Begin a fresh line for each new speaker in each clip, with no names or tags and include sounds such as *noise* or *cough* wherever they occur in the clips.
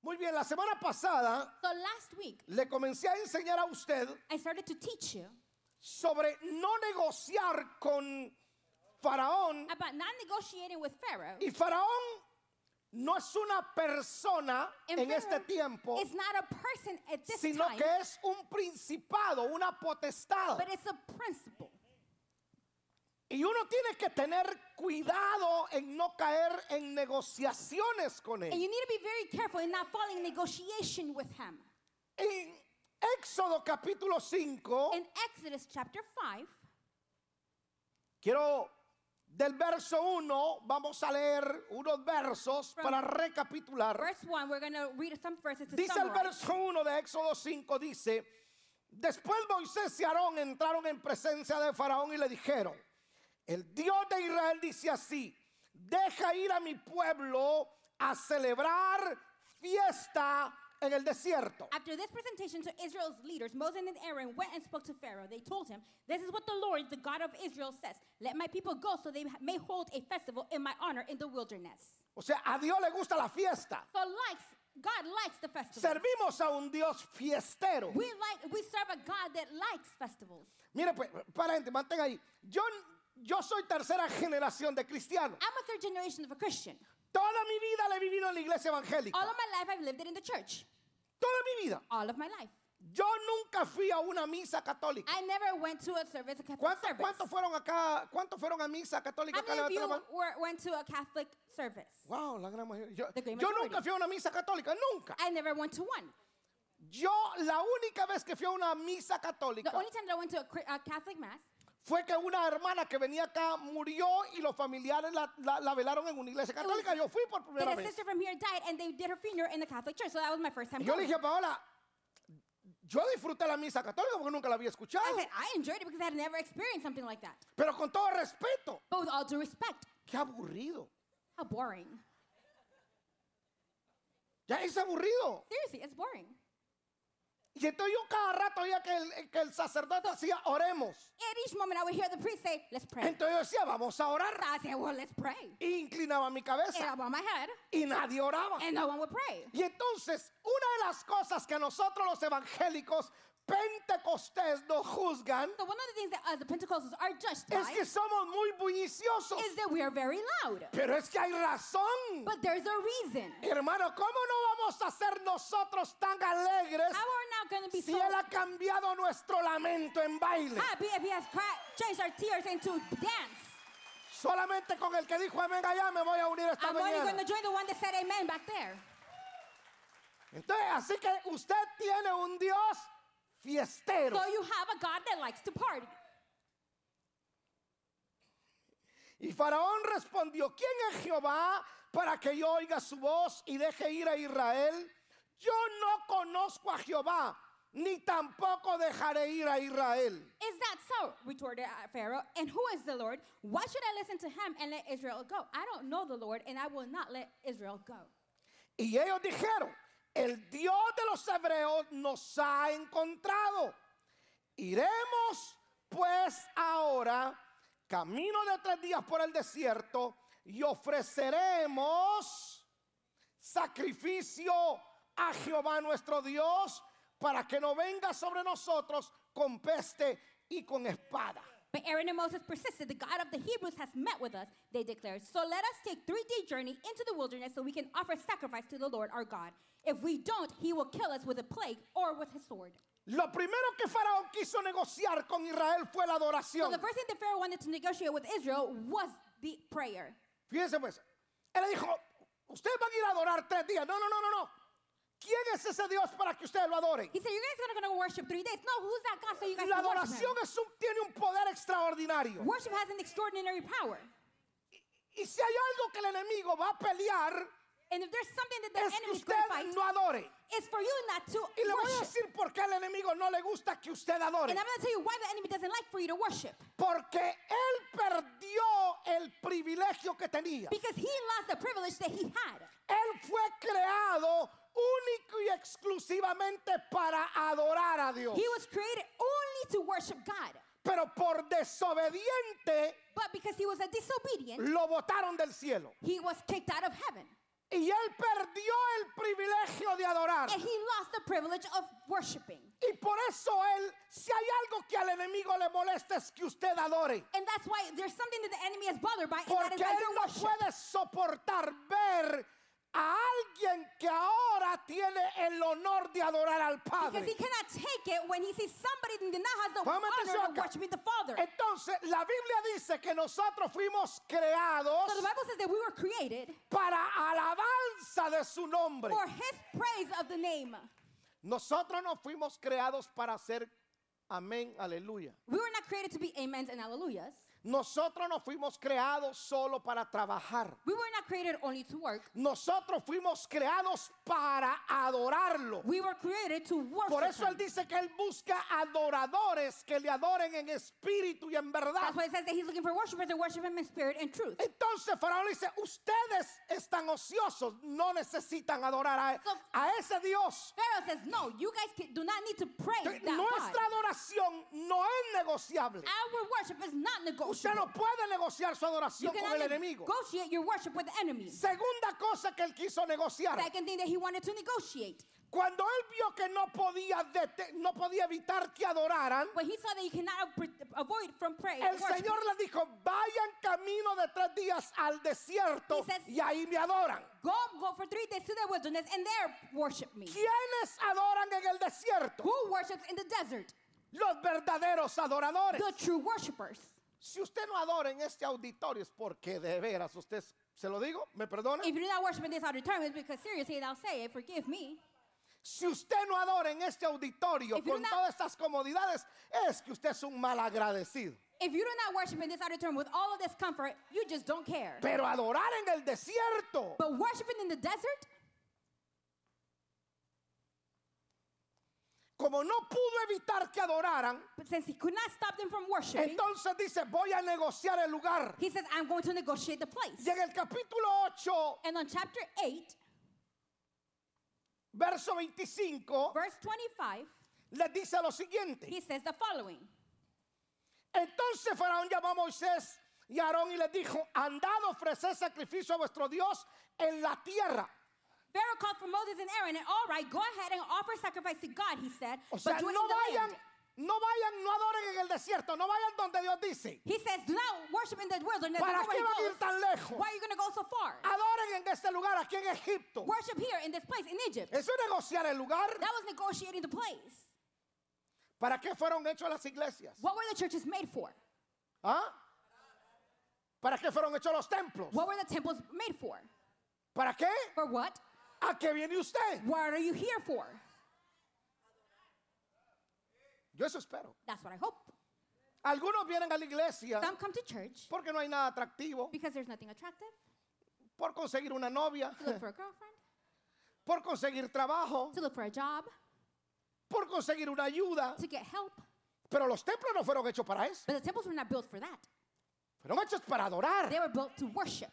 Muy bien, la semana pasada
So last week,
le comencé a enseñar a usted
I started to teach you
sobre no negociar con Faraón.
about not negotiating with Pharaoh.
Y Faraón no es una persona
And
en
Pharaoh
este tiempo,
is not a person at this
sino
time,
que es un principado, una potestad.
but it's a principle.
Y uno tiene que tener cuidado en no caer en negociaciones con
And
él.
you need to be very careful in not falling in negotiation with him.
En Éxodo capítulo 5,
In Exodus chapter 5,
quiero del verso 1, vamos a leer unos versos
From
para recapitular.
verse 1, we're going to read some verses to
Dice el
summarize.
verso 1 de Éxodo 5, dice, después Moisés y Aarón entraron en presencia de Faraón y le dijeron, el Dios de Israel dice así, deja ir a mi pueblo a celebrar fiesta en el desierto.
After this presentation to Israel's leaders, Moses and Aaron went and spoke to Pharaoh. They told him, This is what the Lord, the God of Israel, says Let my people go so they may hold a festival in my honor in the wilderness.
O sea, a Dios le gusta la fiesta.
So likes, God likes the festival.
Servimos a un Dios fiestero.
We like we serve a God that likes festivals.
Mire, pues, para gente, mantenga ahí. Yo, yo soy tercera generación de cristiano.
I'm a third generation of a Christian.
Toda mi vida la he vivido en la iglesia evangélica.
All of my life I've lived it in the church.
Toda mi vida.
All of my life.
Yo nunca fui a una misa católica.
I never went to a service, a Catholic
¿Cuántos
service.
cuántos fueron acá? ¿Cuántos fueron a misa católica?
How
acá?
many of
Levanta
you
la mano.
were, went to a Catholic service?
Wow, la gran mayoría. Yo,
The great
yo
majority.
nunca fui a una misa católica, nunca.
I never went to one.
Yo la única vez que fui a una misa
The
católica
only time that I went to a, cri- a Catholic mass
fue que una hermana que venía acá murió y los familiares la, la- la velaron en una iglesia católica. Yo fui por primera
that a
vez.
sister from here died and they did her funeral in the Catholic church. So that was my first time
Y yo le
going.
dije a Paola, yo disfruté la misa católica porque nunca la había escuchado,
I said, I enjoyed it because I had never experienced something like that.
pero con todo respeto.
But with all due respect,
Qué aburrido.
how boring.
Ya es aburrido.
Seriously, it's boring.
Y entonces yo cada rato oía que el, que el sacerdote hacía oremos.
At each moment, I would hear the priest say, Let's pray.
Entonces yo decía, vamos a
So
orar.
I said, Well, let's pray.
Y inclinaba mi
And
cabeza
I'm on my head,
y nadie oraba.
and no one would pray.
Y entonces una de las cosas que a nosotros los evangélicos pentecostés nos juzgan
So one of the things that uh, the Pentecostals are judged
es
by
que somos muy bulliciosos.
is that we are very loud.
Pero es que hay razón.
But there's a reason.
Hermano, ¿cómo no vamos a ser nosotros tan alegres
How are not going to be
si
so
Él ha cambiado nuestro lamento en baile?
happy if he has cra- changed our tears into dance?
Solamente con el que dijo amén allá me voy a unir esta
I'm only going
mañana.
to join the one that said amen back there.
Entonces, así que usted tiene un Dios fiestero.
So you have a God that likes to party.
Y Faraón respondió, ¿quién es Jehová para que yo oiga su voz y deje ir a Israel? Yo no conozco a Jehová, ni tampoco dejaré ir a Israel.
Is that so? retorted uh, Pharaoh. And who is the Lord? Why should I listen to him and let Israel go? I don't know the Lord, and I will not let Israel go.
Y ellos dijeron, el Dios de los hebreos nos ha encontrado. Iremos pues ahora camino de tres días por el desierto y ofreceremos sacrificio a Jehová nuestro Dios para que no venga sobre nosotros con peste y con espada.
But Aaron and Moses persisted. The God of the Hebrews has met with us, they declared. So let us take three-day journey into the wilderness so we can offer sacrifice to the Lord our God. If we don't, he will kill us with a plague or with his sword.
Lo primero que Faraón quiso negociar con Israel fue la
So
adoración.
the first thing that Pharaoh wanted to negotiate with Israel was the prayer.
Fíjense pues, él le dijo, ustedes van a ir a adorar tres días. No, no, no, no, no. ¿Quién es ese Dios para que ustedes lo adoren?
He said, You guys are not gonna worship three days. No, who's that God? So you guys
La
can worship
adoración
him.
es un- tiene un poder extraordinario.
Worship has an extraordinary power.
Y si hay algo que el enemigo va a pelear,
And if there's something that the
es que
enemy is going to fight,
usted no adore.
it's for you not to
Y le voy a
worship.
decir por qué al enemigo no le gusta que usted adore.
And I'm going to tell you why the enemy doesn't like for you to worship.
Porque él perdió el privilegio que tenía.
Because he lost the privilege that he had.
Él fue creado único y exclusivamente para adorar a Dios.
He was created only to worship God.
Pero por desobediente
But because he was a disobedient,
lo botaron del cielo.
he was kicked out of heaven.
Y él perdió el privilegio de adorar.
and he lost the privilege of worshiping.
Y por eso él, si hay algo que al enemigo le molesta es que usted adore.
And that's why there's something that the enemy is bothered by, and that is
Porque
that
él
your
no
worship.
puede soportar ver a alguien que ahora tiene el honor de adorar al
Because
Padre.
he cannot take it when he sees somebody that now has the
Vamos a empezar
honor of
acá.
worshiping the Father.
Entonces, la Biblia dice que nosotros fuimos creados
So the Bible says that we were created
para alabanza de su nombre.
for his praise of the name.
Nosotros no fuimos creados para hacer amén, aleluya.
We were not created to be amens and hallelujahs.
Nosotros no fuimos creados solo para trabajar.
We were not created only to work.
Nosotros fuimos creados para adorarlo.
We were created to worship
Por eso
him.
él dice que él busca adoradores que le adoren en espíritu y en verdad.
That's why it says that he's looking for worshipers that worship him in spirit and truth.
Entonces Faraón le dice, ustedes están ociosos, no necesitan adorar a, a ese Dios.
Pharaoh says, no, you guys can, do not need to praise that God.
Nuestra adoración no es negociable.
Our worship is not
Usted
negotiable.
no puede negociar su
You
adoración con el
cannot
enemigo.
negotiate your worship with the enemy.
Segunda cosa que él quiso negociar.
Second thing that he wanted to negotiate.
Cuando él vio que no podía, dete- no podía evitar que adoraran,
When he saw that he cannot ab- avoid from praise,
el
worship,
Señor le dijo, vayan camino de tres días al desierto
He says-
y ahí me adoran.
go, go for three days to the wilderness and there worship me.
¿Quiénes adoran en el desierto?
Who worships in the desert?
Los verdaderos adoradores.
The true worshipers.
Si usted no adora en este auditorio es porque de veras usted, se lo digo, me perdona.
If you do not worship in this auditorium, it's because seriously, they'll say it, forgive me.
Si usted no adora en este auditorio
If you do
con
not-
todas estas comodidades, es que usted es un mal agradecido.
If you do not worship in this auditorium with all of this comfort, you just don't care.
Pero adorar en el desierto,
But worshiping in the desert,
como no pudo evitar que adoraran,
but since he could not stop them from worshiping,
entonces dice, voy a negociar el lugar.
he says, I'm going to negotiate the
Y
place.
en el capítulo 8,
And on chapter 8,
verso 25,
verse 25,
les dice lo siguiente.
he says the following.
Entonces Faraón llamó a Moisés y Aarón y les dijo, andad ofrecer sacrificio a vuestro Dios en la tierra.
Pharaoh called for Moses and Aaron, and all right, go ahead and offer sacrifice to God, he said,
O sea,
but do it
no
in the
vayan,
land.
no vayan, no adoren en el desierto, no vayan donde Dios dice.
He says, do not worship in the wilderness.
¿Para
That's
qué
where he
van a
goes.
ir tan Ah. lejos?
Why are you going to go so far?
Adoren en este lugar, aquí en Egipto.
Worship here in this place, in Egypt.
Eso es negociar el lugar.
That was negotiating the place.
¿Para qué fueron hechos las iglesias?
What were the churches made for?
¿Ah? ¿Para qué fueron hechos los templos?
What were the temples made for?
¿Para qué?
For what?
¿A qué viene usted?
What are you here for?
Yo eso espero.
That's what I hope.
Algunos vienen a la iglesia
Some come to church
porque no hay nada atractivo,
because there's nothing attractive
por conseguir una novia,
to look for a girlfriend,
por conseguir trabajo,
to look for a job,
por conseguir una ayuda.
to get help.
Pero los templos no fueron hechos para eso.
But the temples were not built for that.
Fueron hechos para adorar.
They were built to worship.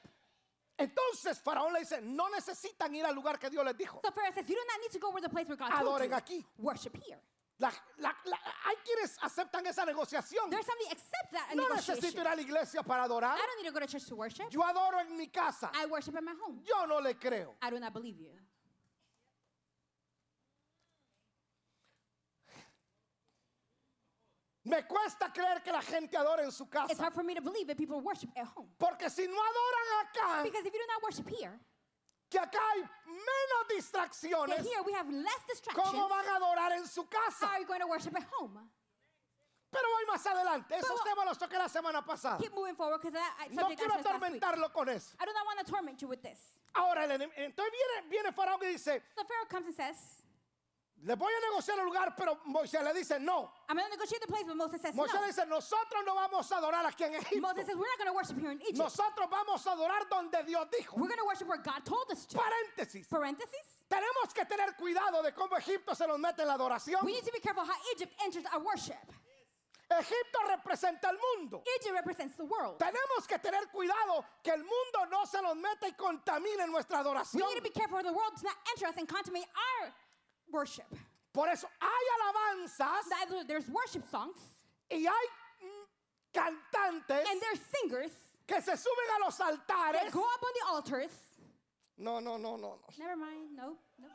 Entonces Faraón le dice, no necesitan ir al lugar que Dios les dijo.
So Pharaoh says, you do not need to go where the place where God told
Adoren
you.
Ah, aquí.
Worship here.
La- la- la- hay quienes aceptan esa negociación.
There's something except that a
No necesito
negotiation.
ir a la iglesia para adorar.
I don't need to go to church to worship.
Yo adoro en mi casa.
I worship in my home.
Yo no le creo.
I do not believe you.
Me cuesta creer que la gente adora en su
It's
casa.
hard for me to believe that people worship at home.
Porque si no adoran acá,
Because if you do not worship here,
que acá hay menos
then
distracciones,
here we have less
¿cómo
distractions.
van a adorar en su
How
casa?
are you going to worship at home?
Pero voy más adelante. Esos
Pero-
temas los toqué la semana pasada.
Keep moving forward because I, I,
No
subject I
quiero
said last week.
atormentarlo con eso.
I do not want to torment you with this.
Ahora, el enem- entonces viene, viene Faraón y dice,
So Pharaoh comes and says,
les voy a negociar el lugar, pero Moisés le dice, no.
I'm going to negotiate the place, but Moses says,
Moisés le
no.
dice, nosotros no vamos a adorar aquí en Egipto.
Moses says, we're not going to worship here in Egypt.
Nosotros vamos a adorar donde Dios dijo.
We're going to worship where God told us to.
Paréntesis.
Parentheses.
Tenemos que tener cuidado de cómo Egipto se nos mete en la adoración.
We need to be careful how Egypt enters our worship.
Egipto representa al mundo.
Egypt represents the world.
Tenemos que tener cuidado que el mundo no se nos meta y contamine nuestra
We
adoración.
need to be careful that the world does not enter us and contaminate our worship.
Por eso hay alabanzas
That There's worship songs
y hay mm, cantantes
and there's singers
que se suben a los
that
altares
go up on the altars
No, no, no, no, no.
Never mind. No, no.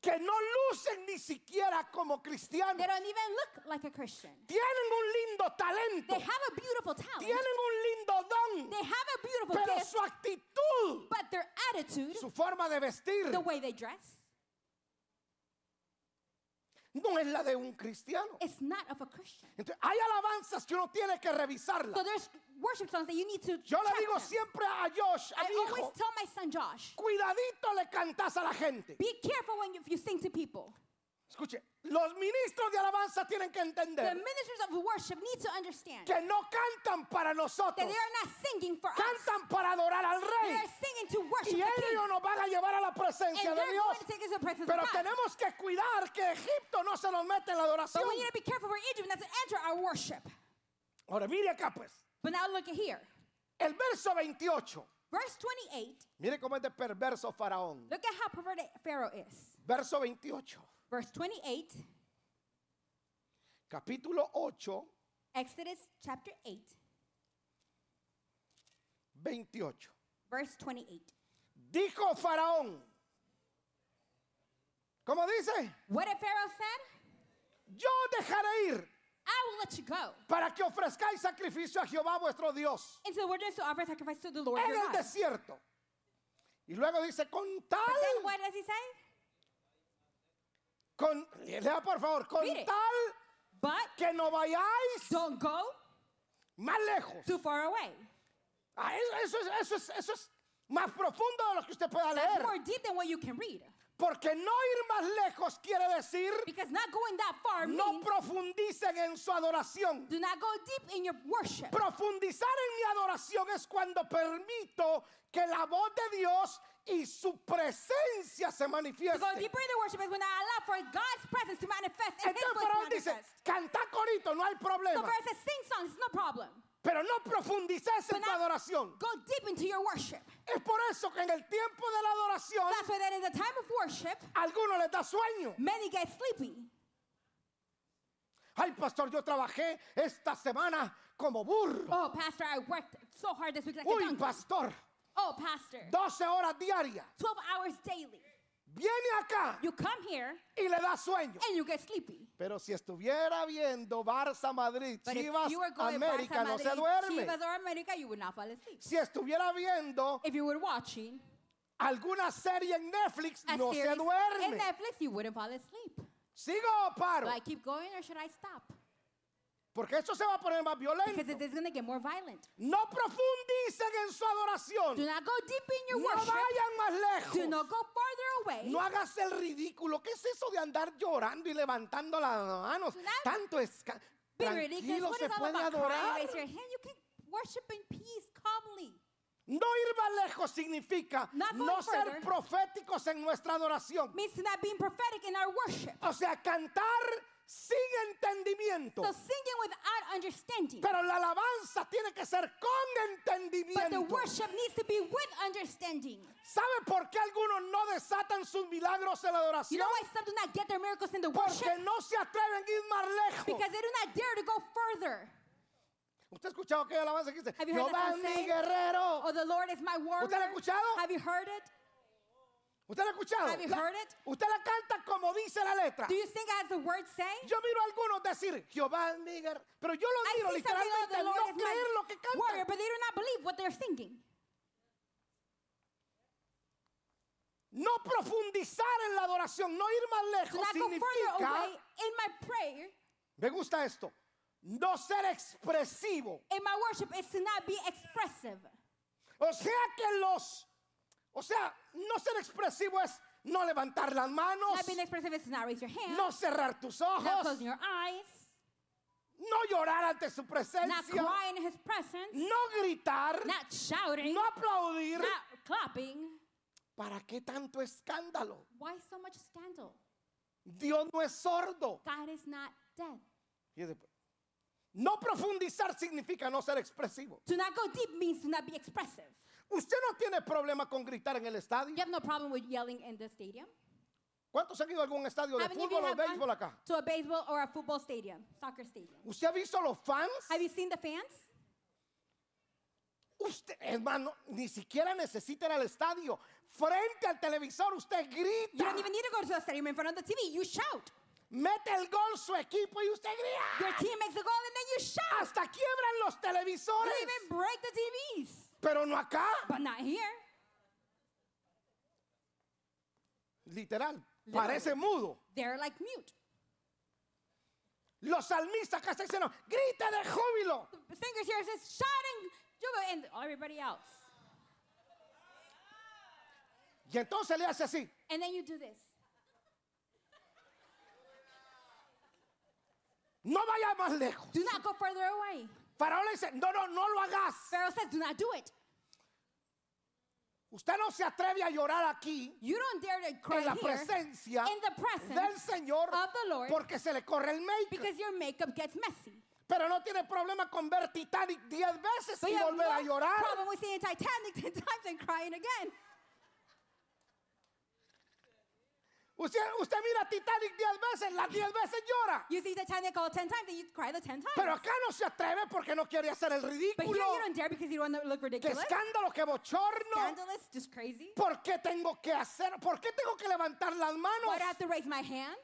Que no lucen ni siquiera como cristianos.
They don't even look like a Christian.
Tienen un lindo talento.
They have a beautiful talent.
Tienen un lindo don.
They have a beautiful
Pero
gift,
su actitud,
but their attitude,
su forma de vestir,
the way they dress,
no es la de un cristiano.
is not of a Christian.
Entonces, hay alabanzas que uno tiene que revisarlas.
So there's worship songs that you need to
Yo
check
le digo
them.
siempre a Josh, a
I
mi
always
hijo,
tell my son Josh,
cuidadito le cantas a la gente.
be careful when you, if you sing to people.
Escuche, los ministros de alabanza tienen que
The
entender
ministers of worship need to understand that
que no cantan para
they
nosotros,
are not singing for us.
cantan para adorar al
They
rey.
are singing to worship
Y
the King.
ellos nos van a llevar a la
And
presencia de
they're going
Dios.
to take us to the presence of
Pero
God.
tenemos que cuidar que Egipto no se nos meta en la
But
adoración.
we need to be careful where Egypt doesn't enter our worship.
Ahora mire acá pues,
But now look at here.
el verso 28.
Verse 28,
Mire cómo es de perverso Faraón.
look at how perverted Pharaoh is.
Verso 28,
Verse 28,
capítulo 8,
Exodus chapter 8,
28.
verse 28.
Dijo Faraón. ¿Cómo dice?
What did Pharaoh said?
Yo dejaré ir
I will let you go
para que ofrezcáis sacrificio a Jehová vuestro Dios
into the wilderness to offer sacrifice to the Lord
en
your
el
God.
desierto. Y luego dice, con tal,
Then what does he say?
con, lea por favor, con
Mire.
tal
But
que no vayáis
don't go
más lejos.
too far away.
Ah, eso, eso es, eso, es, eso es más profundo de lo que usted pueda
That's
leer.
more deep than what you can read.
Porque no ir más lejos quiere decir
Because not going that far
no
means
profundicen en su adoración.
do not go deep in your worship.
Profundizar en mi adoración es cuando permito que la voz de Dios y su presencia se
To go
manifieste.
deeper in the worship is when I allow for God's presence to manifest and His
Entonces
voice to
Faraón dice,
manifest.
canta corito, no hay
So
problema.
Pharaoh says, sing songs, it's no problem.
Pero no profundices en
But
tu
not-
adoración.
Go deep into your worship.
Es por eso que en el tiempo de la adoración,
That's why that in the time of worship,
a algunos les da sueño.
many get sleepy.
Ay, pastor, yo trabajé esta semana como burro.
Oh, pastor, I worked so hard this week like a
Uy,
donkey.
pastor,
Oh, pastor,
12 horas diarias.
12 hours daily.
Viene acá
You come here
y le da sueño.
and you get sleepy.
Pero si estuviera viendo Barça Madrid,
But
Chivas
if you were going
América,
Barça,
no se
Madrid,
duerme.
Chivas or America, you would not fall asleep.
Si estuviera viendo
If you were watching
alguna serie en Netflix,
a
no
series
se
in
duerme.
Netflix, you wouldn't fall asleep.
¿Sigo o paro?
Do I keep going or should I stop?
Porque esto se va a poner más violento.
Because it is going to get more violent.
No profundicen en su
Do
adoración.
not go deep in your
No
worship.
vayan más
Do
lejos.
not go farther away.
No hagas el ridículo. ¿Qué es eso de andar llorando y levantando las manos?
Not
Tanto es... ca-
Be ridiculous.
Tranquilo,
What
se
is all
puede
about crying?
adorar.
Raise your hand. You can worship in peace, calmly.
No ir más lejos significa
Not going
no ser
further.
proféticos en nuestra adoración.
Means to not being prophetic in our worship.
O sea, cantar sin entendimiento.
So singing without understanding.
Pero la alabanza tiene que ser con
But the
entendimiento.
worship needs to be with understanding.
¿Sabe por qué algunos no desatan sus milagros en la
You
adoración?
know why some do not get their miracles in the worship?
Porque no se atreven a ir más lejos.
Because they do not dare to go further.
¿Usted ha escuchado aquella alabanza que dice,
Have you heard
Jehová
that
es
song
mi
say?
guerrero?
Oh, the Lord is my warrior.
¿Usted la ha escuchado?
Have you heard it?
¿Usted la ha escuchado?
Have you
La-
heard it?
¿Usted la canta como dice la letra?
Do you sing as the words say?
Yo miro a algunos decir, Jehová es mi guerrero. Pero yo
I
lo miro
see something oh,
literalmente
the Lord
no
is my
creer lo que
warrior,
canta.
but they do not believe what they're singing.
No profundizar en la adoración, no ir más
Do
lejos
not go further
significa
away in my prayer,
Me gusta esto. No ser expresivo.
in my worship, is to not be expressive.
O sea que los... O sea, no ser expresivo es no levantar las manos,
Not being expressive is to not raise your hand,
no cerrar tus
not
ojos,
closing your eyes,
no llorar ante su
not
presencia,
crying in his presence,
no gritar,
not shouting,
no aplaudir.
not clapping.
¿Para qué tanto escándalo?
Why so much scandal?
Dios no es sordo.
God is not dead.
Y es de- pues. No profundizar significa no ser expresivo.
To not go deep means to not be expressive.
Usted no tiene problema con gritar en el estadio.
You have no problem with yelling in the stadium.
¿Cuántos han ido a algún estadio de
How many of you
fútbol o
have gone
béisbol acá?
To a baseball or a football stadium, soccer stadium.
¿Usted ha visto a los fans?
Have you seen the fans?
Usted, hermano, ni siquiera necesita ir al estadio. Frente al televisor usted
You
grita.
don't even need to go to the stadium in front of the TV. You shout.
Mete el gol su equipo y usted grita.
Your team makes a goal and then you shout.
Hasta quiebran los
They
televisores.
even break the TVs.
Pero no acá.
But not here.
Literal.
Literal.
Parece mudo.
They're like mute.
Los salmistas acá están diciendo, grita de júbilo.
The singers here says shouting jubilee and everybody else.
Y entonces le hace así.
And then you do this.
No vaya más lejos.
Do not go further away.
Faraón le dice, no, no, no lo hagas.
Pharaoh says, do not do it.
Usted no se atreve a llorar aquí
You don't dare to cry
en la
here
presencia
in the
del
presence
Señor
of the Lord
porque se le corre el make.
because your makeup gets messy.
Pero no tiene problema con ver Titanic 10 veces y
But you have
volver a
no
llorar.
problem with seeing Titanic *laughs* 10 times and crying again.
Usted, usted mira Titanic 10 veces, las 10 veces llora.
You see Titanic all 10 times and you cry the 10 times.
Pero acá no se atreve porque no quiere hacer el
but here
ridículo.
you don't dare because you don't want to look
¡Qué
ridiculous.
escándalo, qué bochorno!
Scandalous, just crazy.
¿Por qué tengo que hacer? ¿Por qué tengo que levantar las manos?
Why do I have to raise my hands?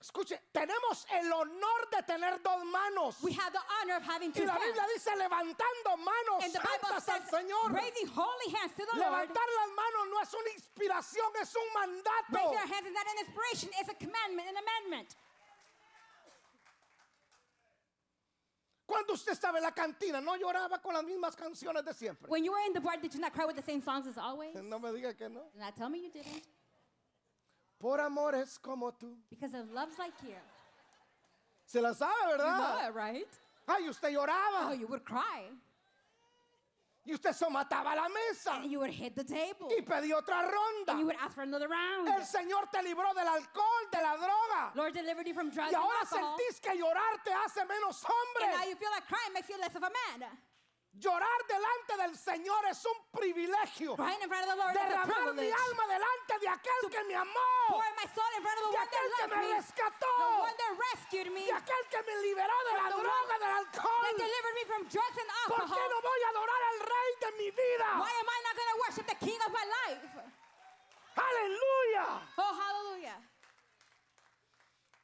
Escuche, tenemos el honor de tener dos manos.
We have the honor of having
Y
two
la
hands.
Biblia dice levantando manos
And the Bible
santas
says,
al Señor.
raising holy hands to the Lord.
Levantar las manos no es una inspiración, es un
Raising
mandato.
our hands is not an inspiration, it's a commandment, an amendment.
Cuando usted estaba en la cantina, no lloraba con las mismas canciones de siempre.
When you were in the bar, did you not cry with the same songs as always? Did
No me diga que no.
not tell me you didn't.
Por amores como tú.
Because of love's like here.
Se la sabe,
You know
¿verdad?
it, right?
Ay, usted
Oh,
lloraba.
you would cry.
Y usted somataba la mesa.
And you would hit the table.
Y pedí otra
And
ronda.
you would ask for another round.
El Señor te libró del alcohol, de la droga.
Lord, deliver you from drugs
Y
and
ahora
alcohol.
sentís que llorar te hace menos
And now
hombre.
you feel like crying makes you less of a man.
Llorar delante del Señor es un privilegio.
Crying in front of the Lord is a
Derramar mi
privilege.
alma delante de aquel que me amó,
Pouring my soul in front of the
de
one
aquel que
that
me
loved me. The
rescató,
one that rescued me.
de aquel que me liberó de la
the
droga, del
That
alcohol.
delivered me from drugs and
¿Por
alcohol.
qué no voy a adorar al Rey de mi vida?
Why am I not going to worship the King of my life?
¡Aleluya!
Oh, hallelujah.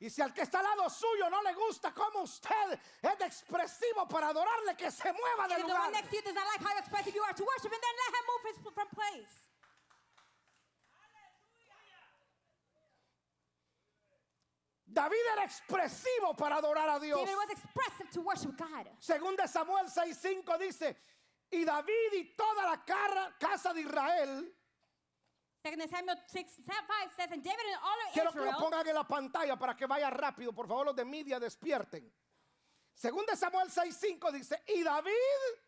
Y si al que está al lado suyo no le gusta como usted es de expresivo para adorarle, que se mueva del
If the one
lugar.
next to you does not like how expressive you are to worship, and then let him move his, from place.
David era expresivo para adorar a Dios.
David was expressive to worship God.
Según de Samuel 6:5 dice, y David y toda la cara- casa de Israel,
Second Samuel 6, 5 says, And David and all of
quiero que lo
Israel,
pongan en la pantalla para que vaya rápido, por favor, los de media despierten. Según de Samuel 6:5 dice, y David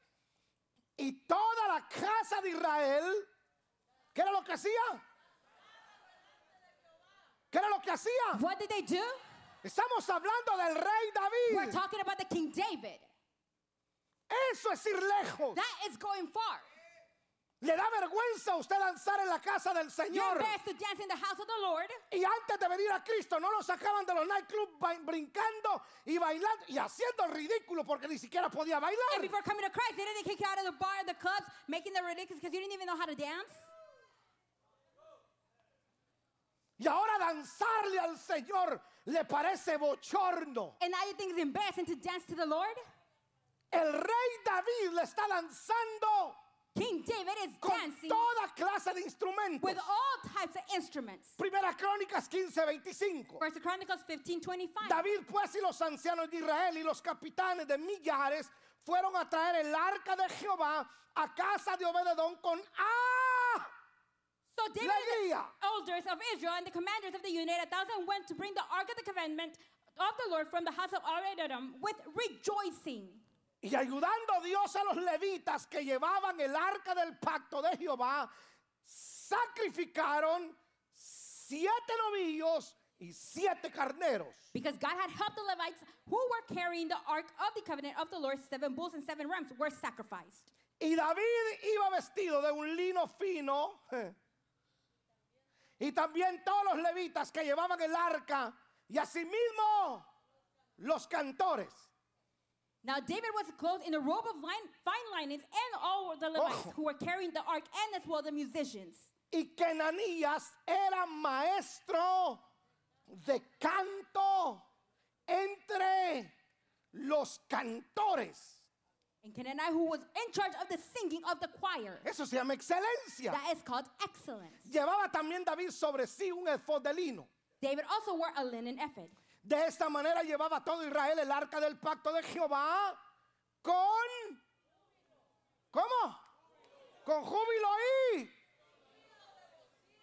y toda la casa de Israel, ¿qué era lo que hacía? ¿Qué era lo que hacía?
what did they do?
Estamos hablando del rey
We're
David.
talking about the King David.
Eso es ir lejos.
That is going far.
Le da vergüenza a usted danzar en la casa del
You're
Señor.
embarrassed to dance in the house of the Lord.
Y antes de venir a Cristo no lo sacaban de los nightclubs ba- brincando y bailando y haciendo el ridículo porque ni siquiera podía
And
bailar.
before coming to Christ, they didn't kick you out of the bar, the clubs, making the ridiculous because you didn't even know how to dance.
Y ahora danzarle al Señor le parece bochorno.
And now you think it's embarrassing to dance to the Lord?
El rey David le está danzando
King David is
con
dancing
toda clase de instrumentos.
with all types of instruments.
Primera Crónicas 15, 25.
First Chronicles 15, 25.
David pues y los ancianos de Israel y los capitanes de millares fueron a traer el arca de Jehová a casa de Obededón con ¡ah!
So David and the
Alegría.
elders of Israel and the commanders of the unit, a thousand went to bring the ark of the covenant of the Lord from the house of Obed-Edom with rejoicing.
Y ayudando Dios a los levitas que llevaban el arca del pacto de Jehová, sacrificaron siete novillos y siete carneros.
Because God had helped the Levites who were carrying the ark of the covenant of the Lord, seven bulls and seven rams were sacrificed.
Y David iba vestido de un lino fino. *laughs* eh. Y también todos los levitas que llevaban el arca y asimismo los cantores.
Now David was clothed in a robe of line, fine linings and all were the Levites
Ojo.
who were carrying the ark and as well the musicians.
y que Ananías era maestro de canto entre los cantores.
And Kenaniah who was in charge of the singing of the choir.
Eso se llama excelencia.
That is called excellence.
Llevaba también David sobre sí un efod de lino.
David also wore a linen ephod.
De esta manera llevaba todo Israel el arca del pacto de Jehová con ¿Cómo? Con júbilo y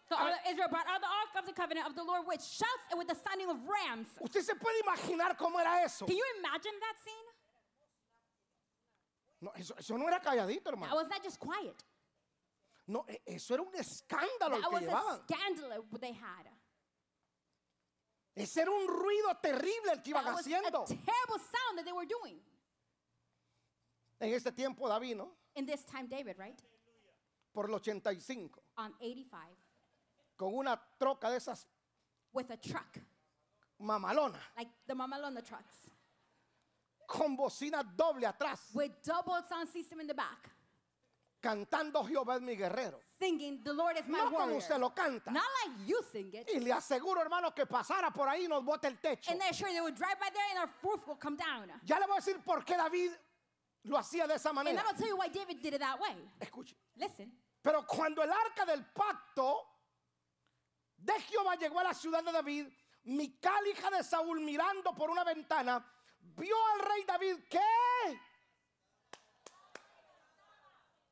So all of Israel brought out the ark of the covenant of the Lord with shouts and with the sounding of rams.
Usted se puede imaginar cómo era eso.
Can you imagine that scene?
No, eso, eso no era calladito,
That
hermano.
was not just quiet.
No, e- eso era un escándalo el
That
que
was a
llevaban.
scandal they had.
Ese era un ruido terrible el que
That
iban
was a terrible
haciendo.
sound that they were doing.
En este tiempo David, ¿no?
In this time, David, right?
Por el 85,
On 85,
con una troca de esas
with a truck,
mamalonas,
like the Mamalona trucks,
con bocina doble atrás,
with double sound system in the back,
cantando Jehová es mi guerrero.
singing, The Lord is my
No como
warrior.
usted lo canta.
Not like you sing it.
Y le aseguro, hermano, que pasara por ahí y nos bote el techo.
And then sure, they would drive by there and our roof will come down.
Ya le voy a decir por qué David lo hacía de esa
And
manera.
I'm going to tell you why David did it that way.
Escuche.
Listen.
Pero cuando el arca del pacto de Jehová llegó a la ciudad de David, Mical, hija de Saúl, mirando por una ventana, vio al rey David que...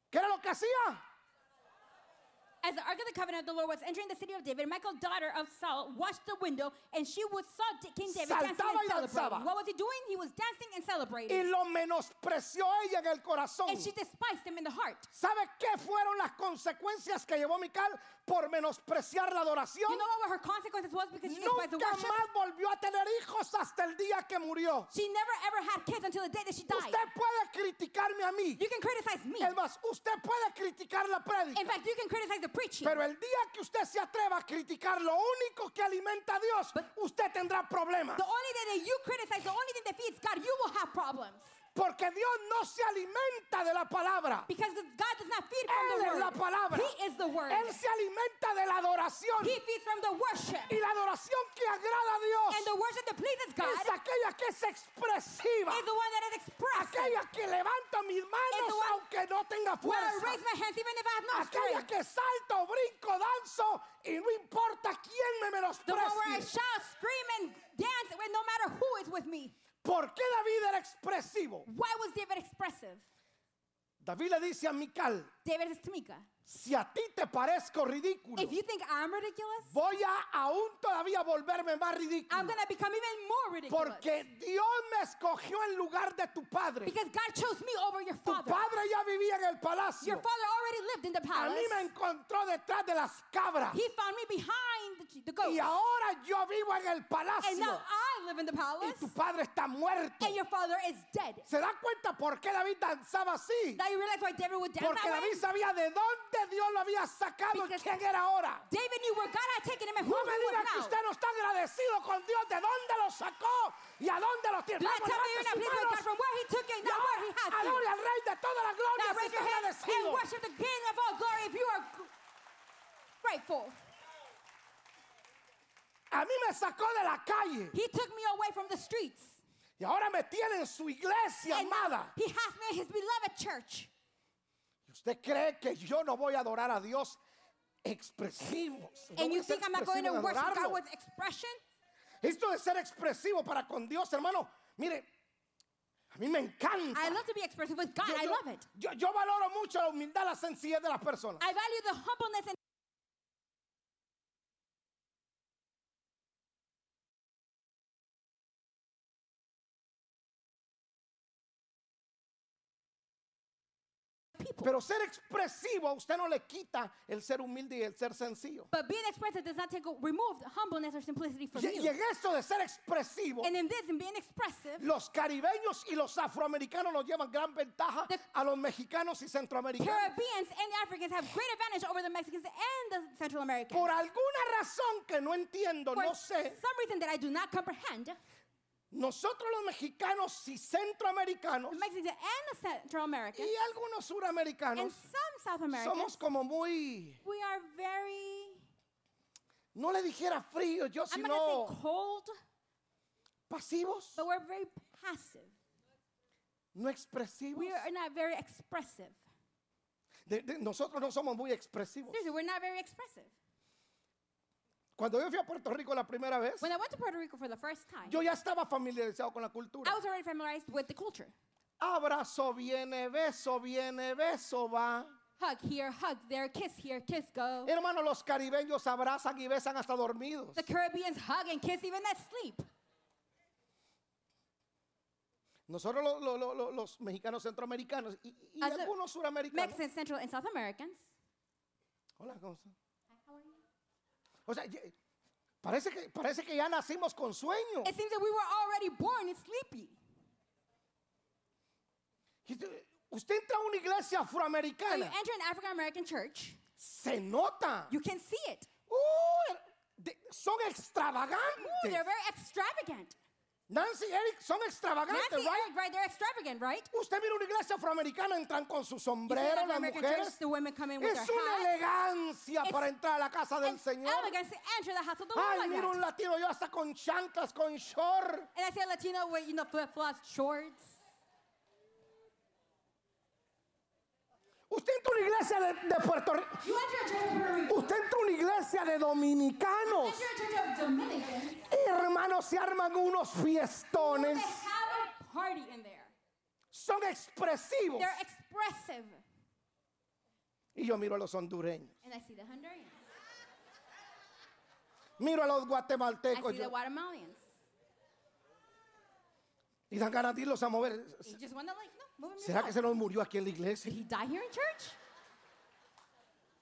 ¿Qué era lo que hacía?
As the Ark of the Covenant of the Lord was entering the city of David, Michael, daughter of Saul, watched the window, and she would saw D- King David dancing
Saltaba
and
y danzaba.
celebrating. What was he doing? He was dancing and
Y
celebrating.
lo menospreció ella en el corazón.
And she despised him in the heart.
¿Sabe qué fueron las consecuencias que llevó Mical por menospreciar la adoración?
You know what were her consequences was because she despised the
Nunca
worship?
más volvió a tener hijos hasta el día que murió.
She never ever had kids until the day that she died.
Usted puede criticarme a mí.
You can criticize me.
Es más, usted puede criticar la
In
prédica.
fact, you can criticize the preaching.
Pero el día que usted se atreva a criticar lo único que alimenta a Dios, usted tendrá problemas.
The only thing that you criticize, the only thing that feeds God, you will have problems.
Porque Dios no se alimenta de la palabra.
Because God does not feed from
Él
the
es
word.
la palabra.
He is the word.
Él se alimenta de la adoración.
He feeds from the worship.
Y la adoración que agrada a
And
Dios
the worship that pleases God
es aquella que es expresiva.
is the one that is expressed.
Aquella que levanta mis manos
one-
aunque no tenga
When I
fuerza.
raise my hands, even if I have no
Aquella
strength.
que salto, brinco, danzo y no importa quién me
The one where I
menosprecie.
shout, scream, and dance, when no matter who is with me.
¿Por qué David era expresivo?
Why was David expressive?
David le dice a Mical,
David is Tamika.
si a ti te parezco ridículo,
If you think I'm ridiculous,
voy a aún todavía volverme más
I'm
ridículo.
gonna become even more ridiculous.
Porque Dios me escogió en lugar de tu padre.
Because God chose me over your
Tu
father.
padre ya vivía en el
Your
palacio.
father already lived in the
A mí
palace.
me encontró detrás de las cabras.
He found me behind the, the
Y
goat.
ahora yo vivo en el
And now
palacio.
I live in the
Y
palace.
tu padre está muerto.
And your father is dead.
¿Se da cuenta por qué David danzaba así?
Now you realize why David would dance
Porque
that way?
David sabía de dónde Dios lo había sacado y
Because-
quién era ahora.
David knew where God had taken him and who
No
he
me
was
diga que
now.
usted no está agradecido con Dios de dónde lo sacó y a dónde lo tiene.
Do not
Vamos, levante sus
tell me you're not pleased with God
manos
from where he took you,
y
not where he has
ahora
you.
adore al Rey de toda la gloria.
Now
si está
raise your hands and
agradecido.
worship the King of all glory if you are gr- grateful.
A mí me sacó de la calle
He took me away from the streets.
y ahora me tiene en su iglesia
And now
amada.
he has me in his beloved church.
¿Y ¿Usted cree que yo no voy a adorar a Dios expresivo? Si no
and
voy
you
a ser
think I'm not going to
expresivo en
worship God
adorarlo.
with expression?
Esto de ser expresivo para con Dios, hermano, mire, a mí me encanta.
I love to be expressive with God.
Yo-
I
yo-
love it.
Yo, yo valoro mucho la humildad, la sencillez de las personas.
I value the humbleness and people.
Pero ser expresivo a usted no le quita el ser humilde y el ser sencillo.
But being expressive does not take a- remove the humbleness or simplicity from
Y, y
you.
en esto de ser expresivo,
And in this, in being expressive,
los caribeños y los afroamericanos nos llevan gran ventaja
The-
a los mexicanos y centroamericanos.
Caribbeans and Africans have great advantage over the Mexicans and the Central Americans.
Por alguna razón que no entiendo,
For
no sé,
some reason that I do not comprehend,
Nosotros los mexicanos y centroamericanos
The Mexicans and the Central Americans
y algunos suramericanos
and some South Americans,
somos como muy,
we are very,
no le dijera frío yo,
I'm not
sino
going to say cold,
pasivos,
but we're very passive.
no expresivos.
We are not very expressive.
De- de- nosotros no somos muy expresivos.
Seriously, we're not very expressive.
Cuando yo fui a Puerto Rico la primera vez,
When I went to Puerto Rico for the first time,
yo ya estaba familiarizado con la
I
cultura.
was already familiarized with the culture.
Abrazo, viene, beso, viene, beso, va.
Hug here, hug there, kiss here, kiss go.
Hermano, los caribeños abrazan y besan hasta dormidos.
The Caribbeans hug and kiss even at sleep.
Nosotros lo- lo- lo- lo- los mexicanos centroamericanos y, y- y
As a-
algunos suramericanos.
Mexicans, Central, and South Americans.
Hola, ¿cómo están? O sea, ye- parece que, parece que ya nacimos con sueño.
It seems that we were already born sleepy.
Y te- Usted entra a una iglesia
When you
afroamericana,
enter an African American church,
se nota.
you can see it.
Uh, de- son
Ooh, they're
extravagantes.
very extravagant.
Nancy Eric son extravagantes,
Nancy,
right?
Eric, right? They're extravagant, right?
Usted mira una iglesia afroamericana, entran con su
You see an
sombrero
African
las
American church,
mujeres.
the women come in with
Es
their
una
hats.
elegancia
It's Oh
para entrar a la casa del Señor.
Elegance to enter the house of the Lord
Ay,
like
mira un
that.
latino yo hasta con chanclas, con short.
And I see a Latino with, you know, flip-flops, shorts.
Usted entra a una iglesia de, de Puerto Rico.
You enter a church of Puerto Rico.
Usted entra a una iglesia de dominicanos.
Enter a church of Dominicans.
Hermanos, se arman unos
They
fiestones.
have a party in there.
Son expresivos.
They're expressive.
Y yo miro a los hondureños.
And I see the Hondurans.
Miro a los
I
guatemaltecos.
see
yo-
the Guatemalans.
y dan ganas de irlos a mover.
You just want to like, no, move him
¿Será que
yourself.
se nos murió aquí en la iglesia?
Did he die here in church?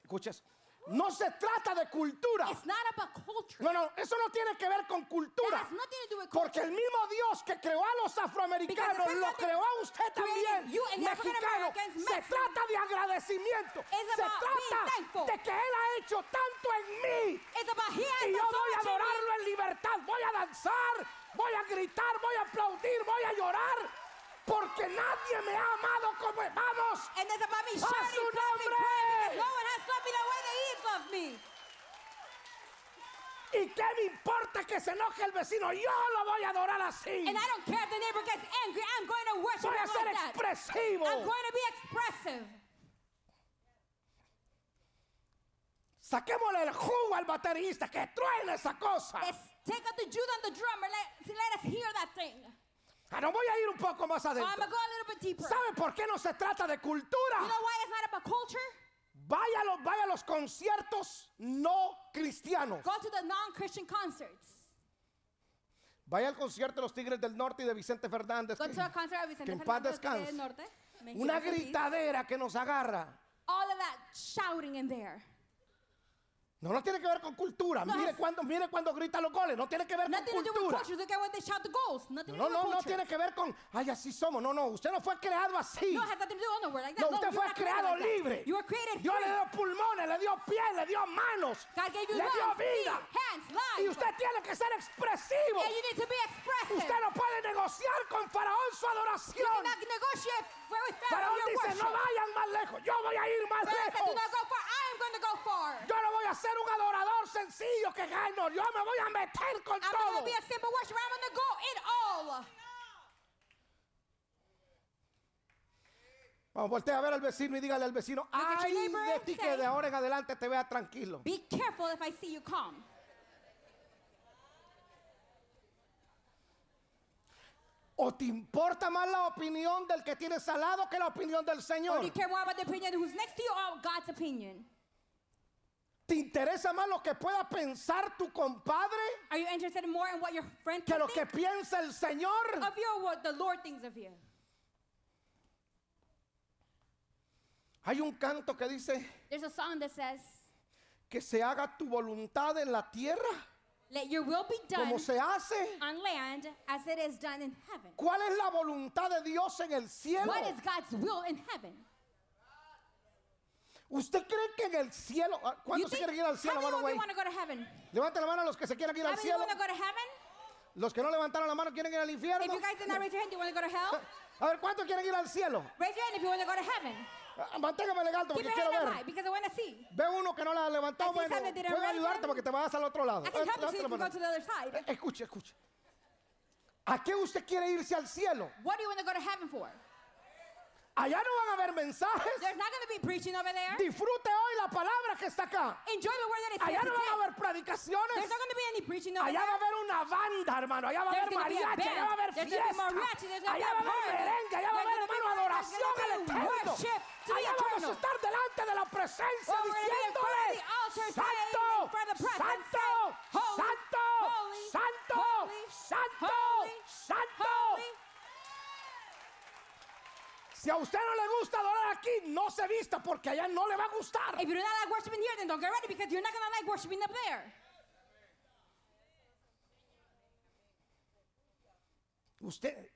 Escuchas. No se trata de cultura.
It's not about culture.
No, no, eso no tiene que ver con
That
cultura.
has nothing to do with
Porque
culture.
el mismo Dios que creó a los
Because
afroamericanos
the same
lo
God that
creó a usted
created
también,
you and the
mexicano.
African Americans,
Se
Mexican.
trata de agradecimiento.
It's
Se
about being
trata
thankful.
de que Él ha hecho tanto en mí.
It's about he has
Y yo
done so
voy a
much in me.
adorarlo en libertad. Voy a danzar, voy a gritar, voy a aplaudir, voy a llorar. Porque nadie me ha amado como. ¡Vamos!
And it's about
A
me
su
shouting, clapping,
nombre.
praying, because no one has loved me the way that he has loved me.
¿Y qué me importa que se enoje el vecino? Yo lo voy a adorar así.
And I don't care if the neighbor gets angry. I'm going to worship
Voy a
him
ser
like that.
expresivo.
I'm going to be expressive.
Saquémosle el jugo al baterista, que truene esa cosa.
Let's take out the Jude on the drummer. Let, let us hear that thing.
Ah, no voy a ir un poco más
I'm going
adentro.
to go a little bit deeper.
¿Sabe por qué no se trata de
You
cultura?
know why it's not about culture?
Vaya a los, vaya a los conciertos no cristianos.
Go to the non-Christian concerts.
Vaya al concierto de los Tigres del Norte y de Vicente Fernández.
Go
que-
to a concert of Vicente
que en paz
Fernández del
descanse.
Norte. May he
una
rest in peace.
gritadera que nos agarra.
All of that shouting in there.
No, no tiene que ver con cultura.
No,
Mire
es-
cuando, mire cuando gritan los goles. No tiene que ver
Nothing
con
to do with
cultura.
culture. Look at what they shout the goals. Nothing
No,
to do with
no, no
culture.
tiene que ver con, ay, así somos. No, no, usted no fue creado así.
No, it has nothing to do with no word like that.
No,
No,
usted
you were
fue
not created
creado
like that.
libre.
You were created
Dios le
free.
dio pulmones, le dio piel, le dio manos,
God gave you
le dio
lungs, feet,
vida.
hands,
Y
life.
usted tiene que ser expresivo.
And you need to be expressive.
Usted no puede negociar con Faraón su
you
adoración.
cannot negotiate for- with family
Faraón
your
dice,
worship.
no vayan más lejos. Yo voy a ir más
But if I do
lejos.
not go far, I am going to go far.
Yo no voy a ser un adorador sencillo que gano. Yo me voy a meter con
I'm
todo.
going to be a simple worshiper. I'm going to go in all.
Vamos, voltea a ver al vecino y dígale al vecino,
at your
ay
neighbor
de
and
ti que
say-
de ahora en adelante te vea tranquilo.
Be careful if I see you come.
¿O te importa más la opinión del que tienes al lado que la opinión del
Or
Señor?
do you care more about the opinion of who's next to you or God's opinion?
¿Te interesa más lo que pueda pensar tu compadre
Are you interested more in what your friend
que
can
lo
think
que piensa el Señor?
of you or what the Lord thinks of you?
Hay un canto que dice
There's a song that says,
que se haga tu voluntad en la tierra
Let your will be done
como se hace.
on land as it is done in heaven.
¿Cuál es la voluntad de Dios en el cielo?
What is God's will in heaven?
¿Usted cree que en el cielo? ah,
You
¿Cuándo se
think-
quieren ir al
how
cielo,
many
mano,
of you
güey?
want to go to heaven?
Levante la mano a los que se quieran ir
How
al
many
cielo.
want to go to heaven?
Los que no levantaron la mano quieren ir al
If
infierno.
you guys did not raise your hand, do you want to go to hell?
A ver, ¿cuántos quieren ir al cielo?
Raise your hand if you want to go to heaven.
Ah, Manténgame legal
Keep
porque
your
quiero
hand up high
ver.
because I want to see.
Ve uno que no la
I
levantó,
see
bueno,
something that didn't
puedo
raise
ayudarte
them.
porque te vas al otro lado.
I can help you
Levanta
so you
la
can go
mano.
to the other side.
Eh, Escuche, escuche. ¿A qué usted quiere irse al cielo?
What do you want to go to heaven for?
Allá no van a haber mensajes.
There's not going to be preaching over there.
Disfrute hoy la palabra que está acá.
Enjoy the word that is here
Allá no
today.
van a haber predicaciones.
There's not going to be any preaching over
Allá va a
there.
haber una banda, hermano. Allá va a
There's
haber
gonna be a
mariachi, allá va a
band.
haber
There's gonna be mariachi.
fiesta.
There's gonna be
Allá va a
a
haber
party.
merengue, allá va a
There's
haber,
gonna be
hermano,
prayer. There's
adoración
gonna
al
be
eterno.
worship to the
Allá vamos a
eternal.
estar delante de la presencia
Well, we're gonna be in front of
diciéndole,
the altar saying
Santo,
in front of the presence,
Santo,
saying, "Holy,
Santo,
holy,
Santo,
holy,
Santo,
holy,
Santo.
Holy.
Si a usted no le gusta adorar aquí, no se vista porque allá no le va a gustar.
If you do not like worshiping here, then don't get ready because you're not going to like worshiping up there.
Usted,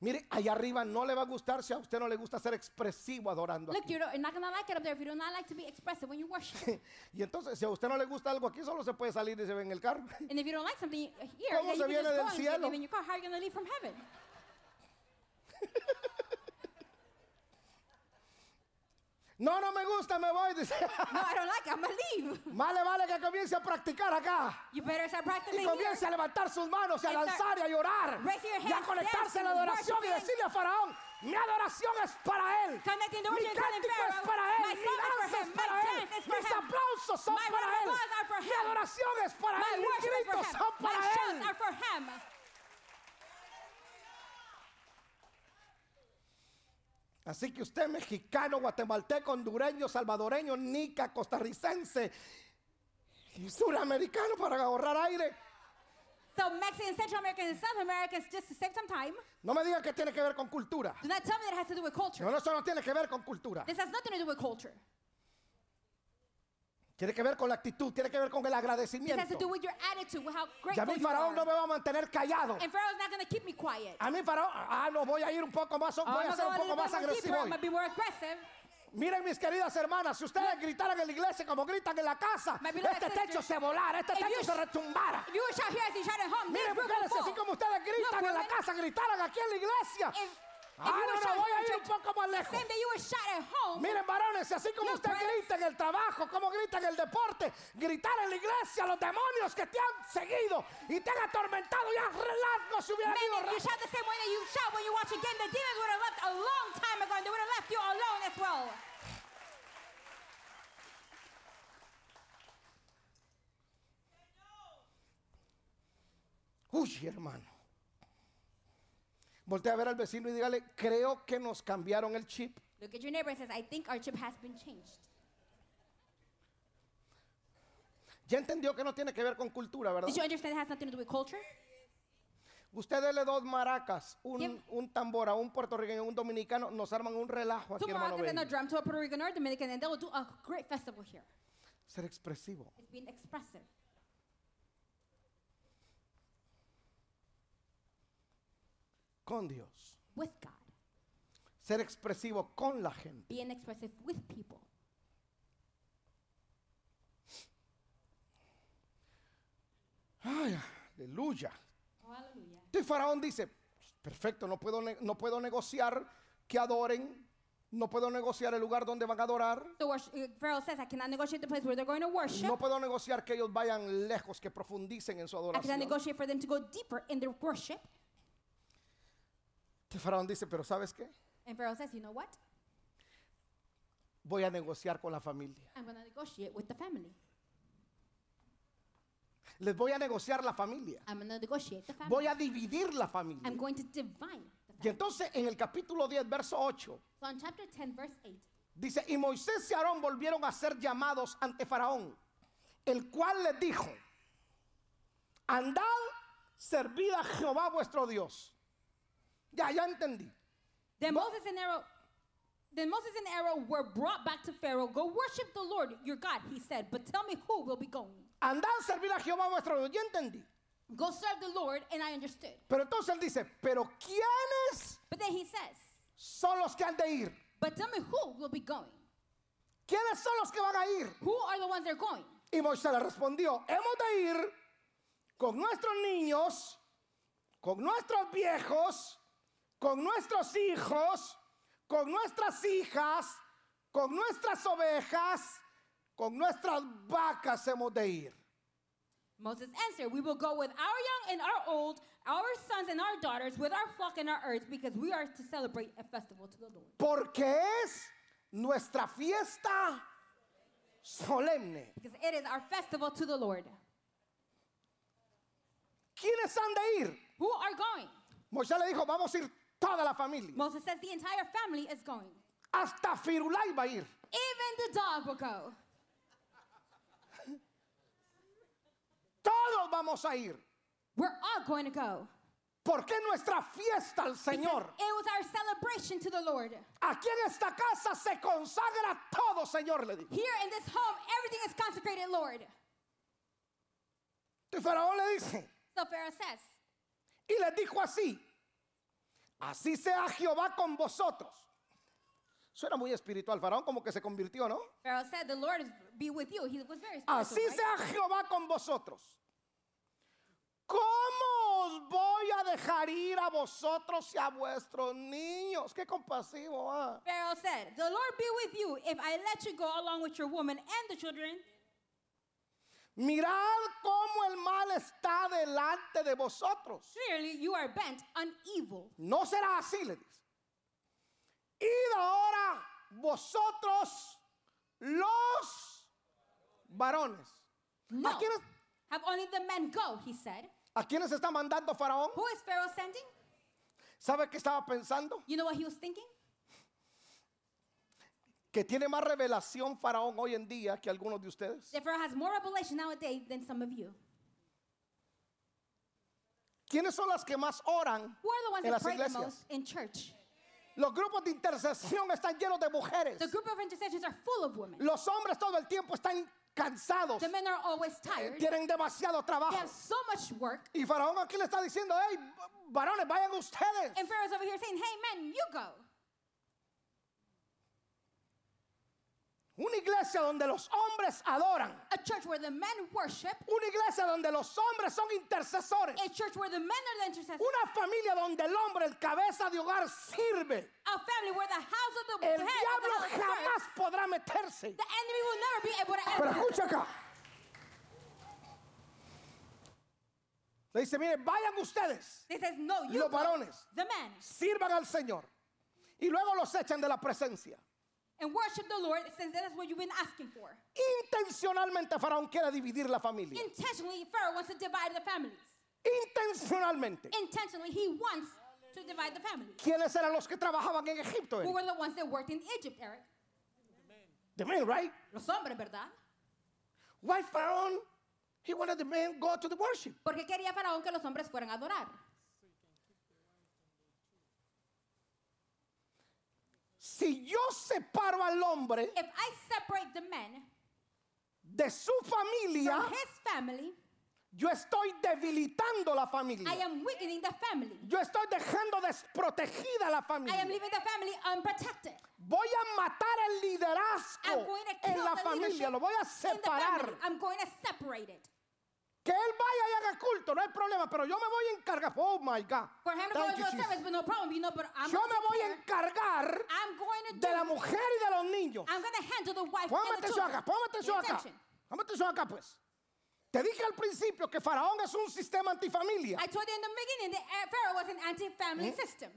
mire, allá arriba no le va a gustar si a usted no le gusta ser expresivo adorando
Look,
aquí.
you don't, you're not going to like it up there if you do not like to be expressive when you worship.
Y entonces, si a usted no le gusta algo aquí, solo se puede salir y se ve en el carro. *laughs*
and if you don't like something here,
¿Cómo
then
se
you
viene
can just
del
go and
cielo?
leave in your car. How are you going to leave from heaven?
No, no me gusta, me voy. Dice, *laughs*
No, I don't like it. I'm going to leave. *laughs*
más le vale que comience a practicar acá.
You better start
Y
practicing here.
comience a levantar sus manos y a
And start-
lanzar y a llorar.
Raise your
Y a
hands,
conectarse a la
dancing,
adoración y
worshiping.
decirle a Faraón, mi adoración es para él.
Connecting the
Mi
worship and
cántico es
Pharaoh.
para
My
él, mi
song is for
danza
him.
es
My
para él,
dance is for
mis
him.
aplausos son
My
para él,
rewards are for
mi
him.
adoración es para
My
él, mis
worship is for
gritos
him.
son
My
para
shouts
él.
are for him.
Así que usted mexicano, guatemalteco, hondureño, salvadoreño, nica, costarricense y suramericano para ahorrar aire,
So Mexicans, Central Americans, and South Americans, just to save some time,
no me digan que tiene que ver con cultura.
do not tell me that it has to do with culture.
No, no, eso no tiene que ver con cultura.
This has nothing to do with culture.
Tiene que ver con la actitud, tiene que ver con el
This has to do
agradecimiento.
with your attitude, with how
Y a
grateful
mí
you
Faraón
are.
no me va a mantener callado.
And Pharaoh's not going to keep me quiet.
A mí Faraón, ah, no, voy a ir un poco más,
Oh,
voy
I'm
a
not
ser un
going a
poco
little
más
bit more
agresivo
deeper. I'm
hoy.
going to be more aggressive.
Miren mis queridas hermanas, si ustedes gritaran en la iglesia como gritan en la casa,
My beloved
este techo
sisters,
se volara, este
if
techo
you-
se retumbara.
If you were shout here as you shout at home,
Miren
this roof will
mujeres, pues, así
fall.
como ustedes gritan en la
women,
casa, gritaran aquí en la iglesia.
If, if
Ah,
you were
no,
shot
no, voy
here
a
in
ir un
church,
poco más
the
lejos.
same day you were shot at home,
Miren varones, así como
Look,
usted
brothers.
grita en el trabajo, como grita en el deporte, gritar en la iglesia, los demonios que te han seguido y te han atormentado y han relargo se hubieran
men,
ido
if you
rápido.
shout the same way that you shout when you watch a game, the demons would have left a long time ago and they would have left you alone as well.
Uy, hermano. Voltea a ver al vecino y dígale, creo que nos cambiaron el chip.
Look at your neighbor and says, I think our chip has been changed.
Ya entendió que no tiene que ver con cultura, ¿verdad?
Did you understand it has nothing to do with culture?
Usted dele dos maracas, un,
Give-
un tambor a un puertorriqueño, un dominicano, nos arman un relajo aquí,
Two
hermano.
Moroccans and a
bello.
drum to a Puerto Rican or Dominican, and they will do a great festival here.
Ser expresivo.
It's being expressive.
con Dios,
with God,
ser expresivo con la gente.
being expressive with people.
Ay, aleluya.
hallelujah.
Entonces Faraón dice, "Pues, perfecto, no puedo, ne- no puedo negociar que adoren, no puedo negociar el lugar donde van a adorar,
So worship, uh, Pharaoh says, I cannot negotiate the place where they're going to worship.
no puedo negociar que ellos vayan lejos, que profundicen en su
I cannot
adoración. Entonces
negotiate for them to go deeper in their worship.
Este Faraón dice, pero ¿sabes qué?
And Pharaoh says, you know what?
Voy a negociar con la familia.
I'm going to negotiate with the family.
Les voy a negociar la familia.
I'm going to negotiate the family.
Voy a dividir la
I'm
familia.
going to divide the
Y
family.
entonces en el capítulo 10, verso 8,
So in chapter 10, verse 8,
Dice, y Moisés y Aarón volvieron a ser llamados ante Faraón, el cual les dijo, andad, servid a Jehová vuestro Dios. Ya, ya entendí.
then
Mo-
Moses and Aaron. Then Moses and Aaron were brought back to Pharaoh. Go worship the Lord your God, he said. But tell me who will be going.
Andad, servir a Jehová vuestro Dios. Ya entendí.
Go serve the Lord, and I understood.
Pero entonces él dice, pero ¿quiénes
But then he says,
son los que han de ir?
But tell me who will be going.
¿Quiénes son los que van a ir?
Who are the ones that are going?
Y Moisés le respondió, hemos de ir con nuestros niños con nuestros viejos, con nuestros hijos, con nuestras hijas, con nuestras ovejas, con nuestras vacas hemos de ir.
Moses answered, We will go with our young and our old, our sons and our daughters, with our flock and our herds, because we are to celebrate a festival to the Lord.
Porque es nuestra fiesta solemne.
Because it is our festival to the Lord.
¿Quiénes han de ir?
Who are going?
Moisés le dijo, vamos a ir toda la familia.
Moses says the entire family is going.
Hasta Firulai va a ir.
Even the dog will go.
Todos vamos a ir.
We're all going to go.
Porque es nuestra fiesta al Señor.
It was our celebration to the Lord.
Aquí en esta casa se consagra todo, Señor, le dijo.
Here in this home, everything is consecrated, Lord.
Y Faraón le dice,
So Pharaoh says,
y les dijo así, así sea Jehová con vosotros. Suena muy espiritual, Faraón como que se convirtió, ¿no?
Pharaoh said, The Lord is- be with you. He was very spiritual.
Así
right?
sea Jehová con vosotros. ¿Cómo os voy a dejar ir a vosotros y a vuestros niños? Qué compasivo, ah.
Pharaoh said, The Lord be with you if I let you go along with your woman and the children.
Mirad cómo el mal está delante de vosotros.
Clearly, you are bent on evil.
No será así, le dice. Id ahora vosotros los varones.
No.
¿A, quiénes,
Have only the men go, he said.
¿A quiénes está mandando Faraón?
Who is Pharaoh sending?
¿Sabe qué estaba pensando?
You know what he was thinking?
Que tiene más revelación Faraón hoy en día que algunos de ustedes.
That Pharaoh has more revelation nowadays than some of you.
¿Quiénes son las que más oran?
Who are the
En
ones that
las
pray the
iglesias.
most in church?
Los grupos de intercesión están llenos de mujeres.
The group of intercessions are full of women.
Los hombres todo el tiempo están cansados.
The men are always tired. They
Tienen demasiado trabajo.
have so much work.
Y Faraón aquí le está diciendo, hey, varones, vayan ustedes.
And Pharaoh's over here saying, Hey, men, you go.
Una iglesia donde los hombres adoran.
A church where the men worship.
Una iglesia donde los hombres son intercesores.
A church where the men are the intercessors.
Una familia donde el hombre, el cabeza de hogar, sirve.
A family where the house of the
El
the head of the
diablo
house is
jamás
first.
podrá meterse.
The enemy will never be able to
Pero
enter.
escucha acá. Le dice, mire, vayan ustedes,
He says, No, you
los
go.
varones,
The men.
sirvan al Señor. Y luego los echan de la presencia.
And worship the Lord since that is what you've been asking for.
Intencionalmente Faraón quiere dividir la familia.
Intentionally, Pharaoh wants to divide the families.
Intencionalmente.
Intentionally, he wants to divide the families.
¿Quiénes eran los que trabajaban en Egipto?
Who
Eric?
were the ones that worked in Egypt, Eric?
The men, right?
Los hombres, ¿verdad?
Why Pharaoh? He wanted the men go to the worship.
Porque quería Faraón que los hombres fueran a adorar.
Si yo separo al hombre
If I separate the men
de su familia,
from his family,
yo estoy debilitando la
I
familia.
am weakening the family.
Yo estoy dejando desprotegida la
I am
familia.
leaving the family unprotected.
Voy a matar el
I'm
liderazgo
going to kill
Oh, en la
the leadership
familia. Lo voy a
in the family.
separar.
I'm going to separate it.
Que él vaya y haga culto, no hay problema. Pero yo me voy a encargar. Oh my God.
For him to go
Thank
into
you,
a service,
Jesus.
but no problem, you know. But I'm
Yo
gonna
me voy a
prepare.
encargar
I'm going to do.
de la mujer y de los niños.
I'm going to handle the wife
Ponme
and the
atención
children.
acá, ponme atención
Pay
acá.
attention.
Ponme atención acá, pues. Te dije al principio que Faraón es un sistema antifamilia.
I told you in the beginning that uh, Pharaoh was an
Mm.
anti-family system,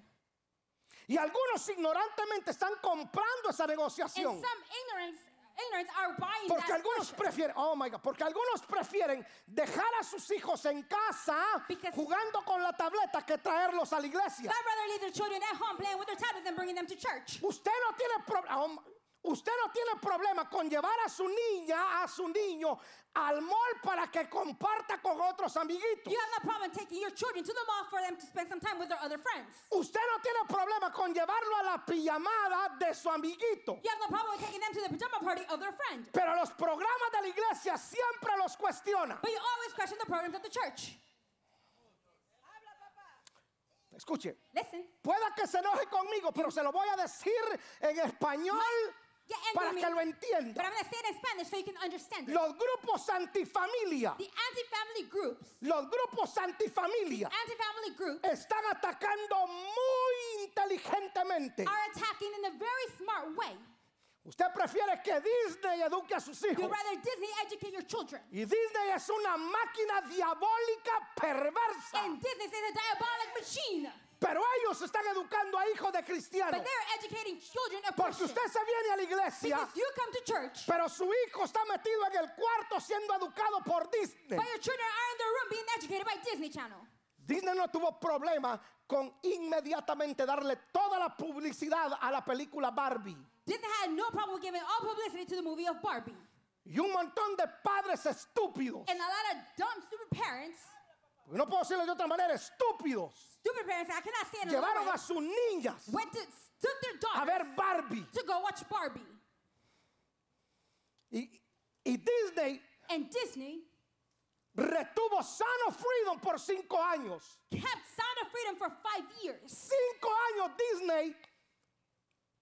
Y algunos ignorantemente están comprando esa
and
negociación.
some ignorance, ignorance are buying
Porque
that.
algunos
worship.
prefieren, oh my God, porque algunos prefieren dejar a sus hijos en casa
Because-
jugando con la tableta que traerlos a la iglesia.
I'd rather leave their children at home playing with their tablets than bringing them to church.
Usted no tiene problema. Usted no tiene problema con llevar a su niña, a su niño, al mall para que comparta con otros amiguitos.
You have no problem taking your children to the mall for them to spend some time with their other friends.
Usted no tiene problema con llevarlo a la pijamada de su amiguito.
You have no problem with taking them to the pajama party of their friend.
Pero los programas de la iglesia siempre los cuestiona.
But you always question the programs of the church.
Escuche,
Listen.
pueda que se enoje conmigo, pero se lo voy a decir en español
Get
para
angry
que
at
lo
me. But
entienda.
I'm going to say it in Spanish so you can understand it.
Los grupos antifamilia,
The anti-family groups,
los grupos antifamilia
anti-family groups
están atacando muy inteligentemente.
are attacking in a very smart way.
Usted prefiere que Disney eduque a sus
You'd
hijos.
rather Disney educate your children.
Y Disney es una máquina diabólica perversa.
And Disney is a diabolic machine.
Pero ellos están educando a hijos de
But
cristianos.
they're educating children of
Porque
Christians.
usted se viene a la iglesia,
Because you come to church,
pero su hijo está metido en el cuarto siendo educado por Disney.
but your children are in their room being educated by Disney Channel.
Disney no tuvo problema con inmediatamente darle toda la publicidad a la película Barbie.
Disney had no problem with giving all publicity to the movie of Barbie.
Y un montón de padres estúpidos.
And a lot of dumb, stupid parents,
No puedo decirlo de otra manera, estúpidos.
stupid parents, I cannot say it another
Llevaron
way,
a sus niñas
went to, took their
a
daughter
ver Barbie.
to go watch Barbie.
Y, y Disney
And Disney
retuvo sano freedom por cinco años.
kept Sound of Freedom for five years.
Cinco años Disney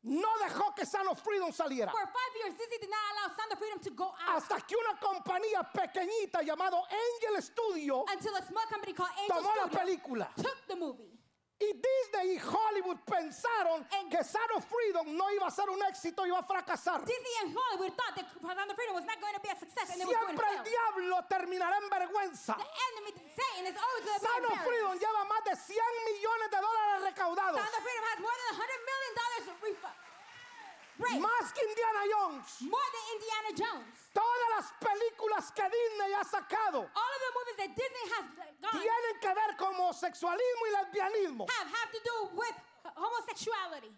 no dejó que Sano Freedom saliera.
For five years, Disney did not allow Sound of Freedom to go out
Hasta que una compañía pequeñita llamado Angel Studio
until a small company called Angel
tomó la
Studio
película.
took the movie.
Y Disney y Hollywood pensaron
And-
que Sano Freedom no iba a ser un éxito, iba a fracasar.
Disney and Hollywood thought that Sound of Freedom was not going to be a success and it was going to
Siempre el
fail.
diablo terminará en vergüenza.
The enemy, Satan, is always going to be
Sano
embarrassed.
Freedom lleva más de 100 millones de dólares recaudados.
Sound of Freedom has more than $100 million refund. Right.
Más que Indiana Jones.
More than Indiana Jones.
Todas las películas que Disney ha sacado
All of the movies that Disney has gone
tienen que ver con homosexualismo y lesbianismo.
have have to do with homosexuality.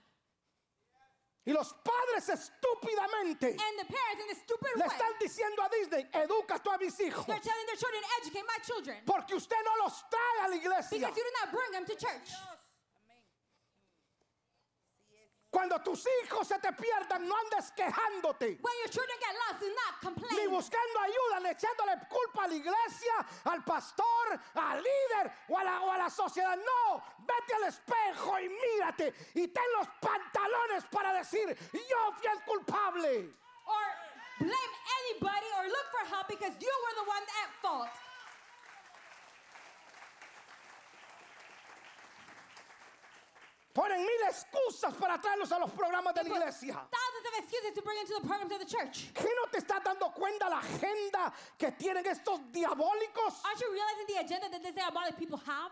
Y los padres estúpidamente
And the parents in a stupid
le
way,
están diciendo a Disney, educa tú a mis hijos,
they're telling their children, educate my children.
porque usted no los trae a la iglesia.
Because you do not bring them to church.
Cuando tus hijos se te pierdan, no andes quejándote,
When your children get lost, do not
ni
complain.
buscando ayuda, ni echándole culpa a la iglesia, al pastor, al líder o a la, o a la sociedad. No, vete al espejo y mírate y ten los pantalones para decir, yo fui el culpable.
Or blame anybody or look for help because you were the one at fault.
Ponen mil excusas para traerlos a los programas de la
Put
iglesia.
Thousands of excuses to bring them to the programs of the church.
¿Qué no te estás dando cuenta la agenda que tienen estos diabólicos?
Aren't you realizing the agenda that these diabolic people have?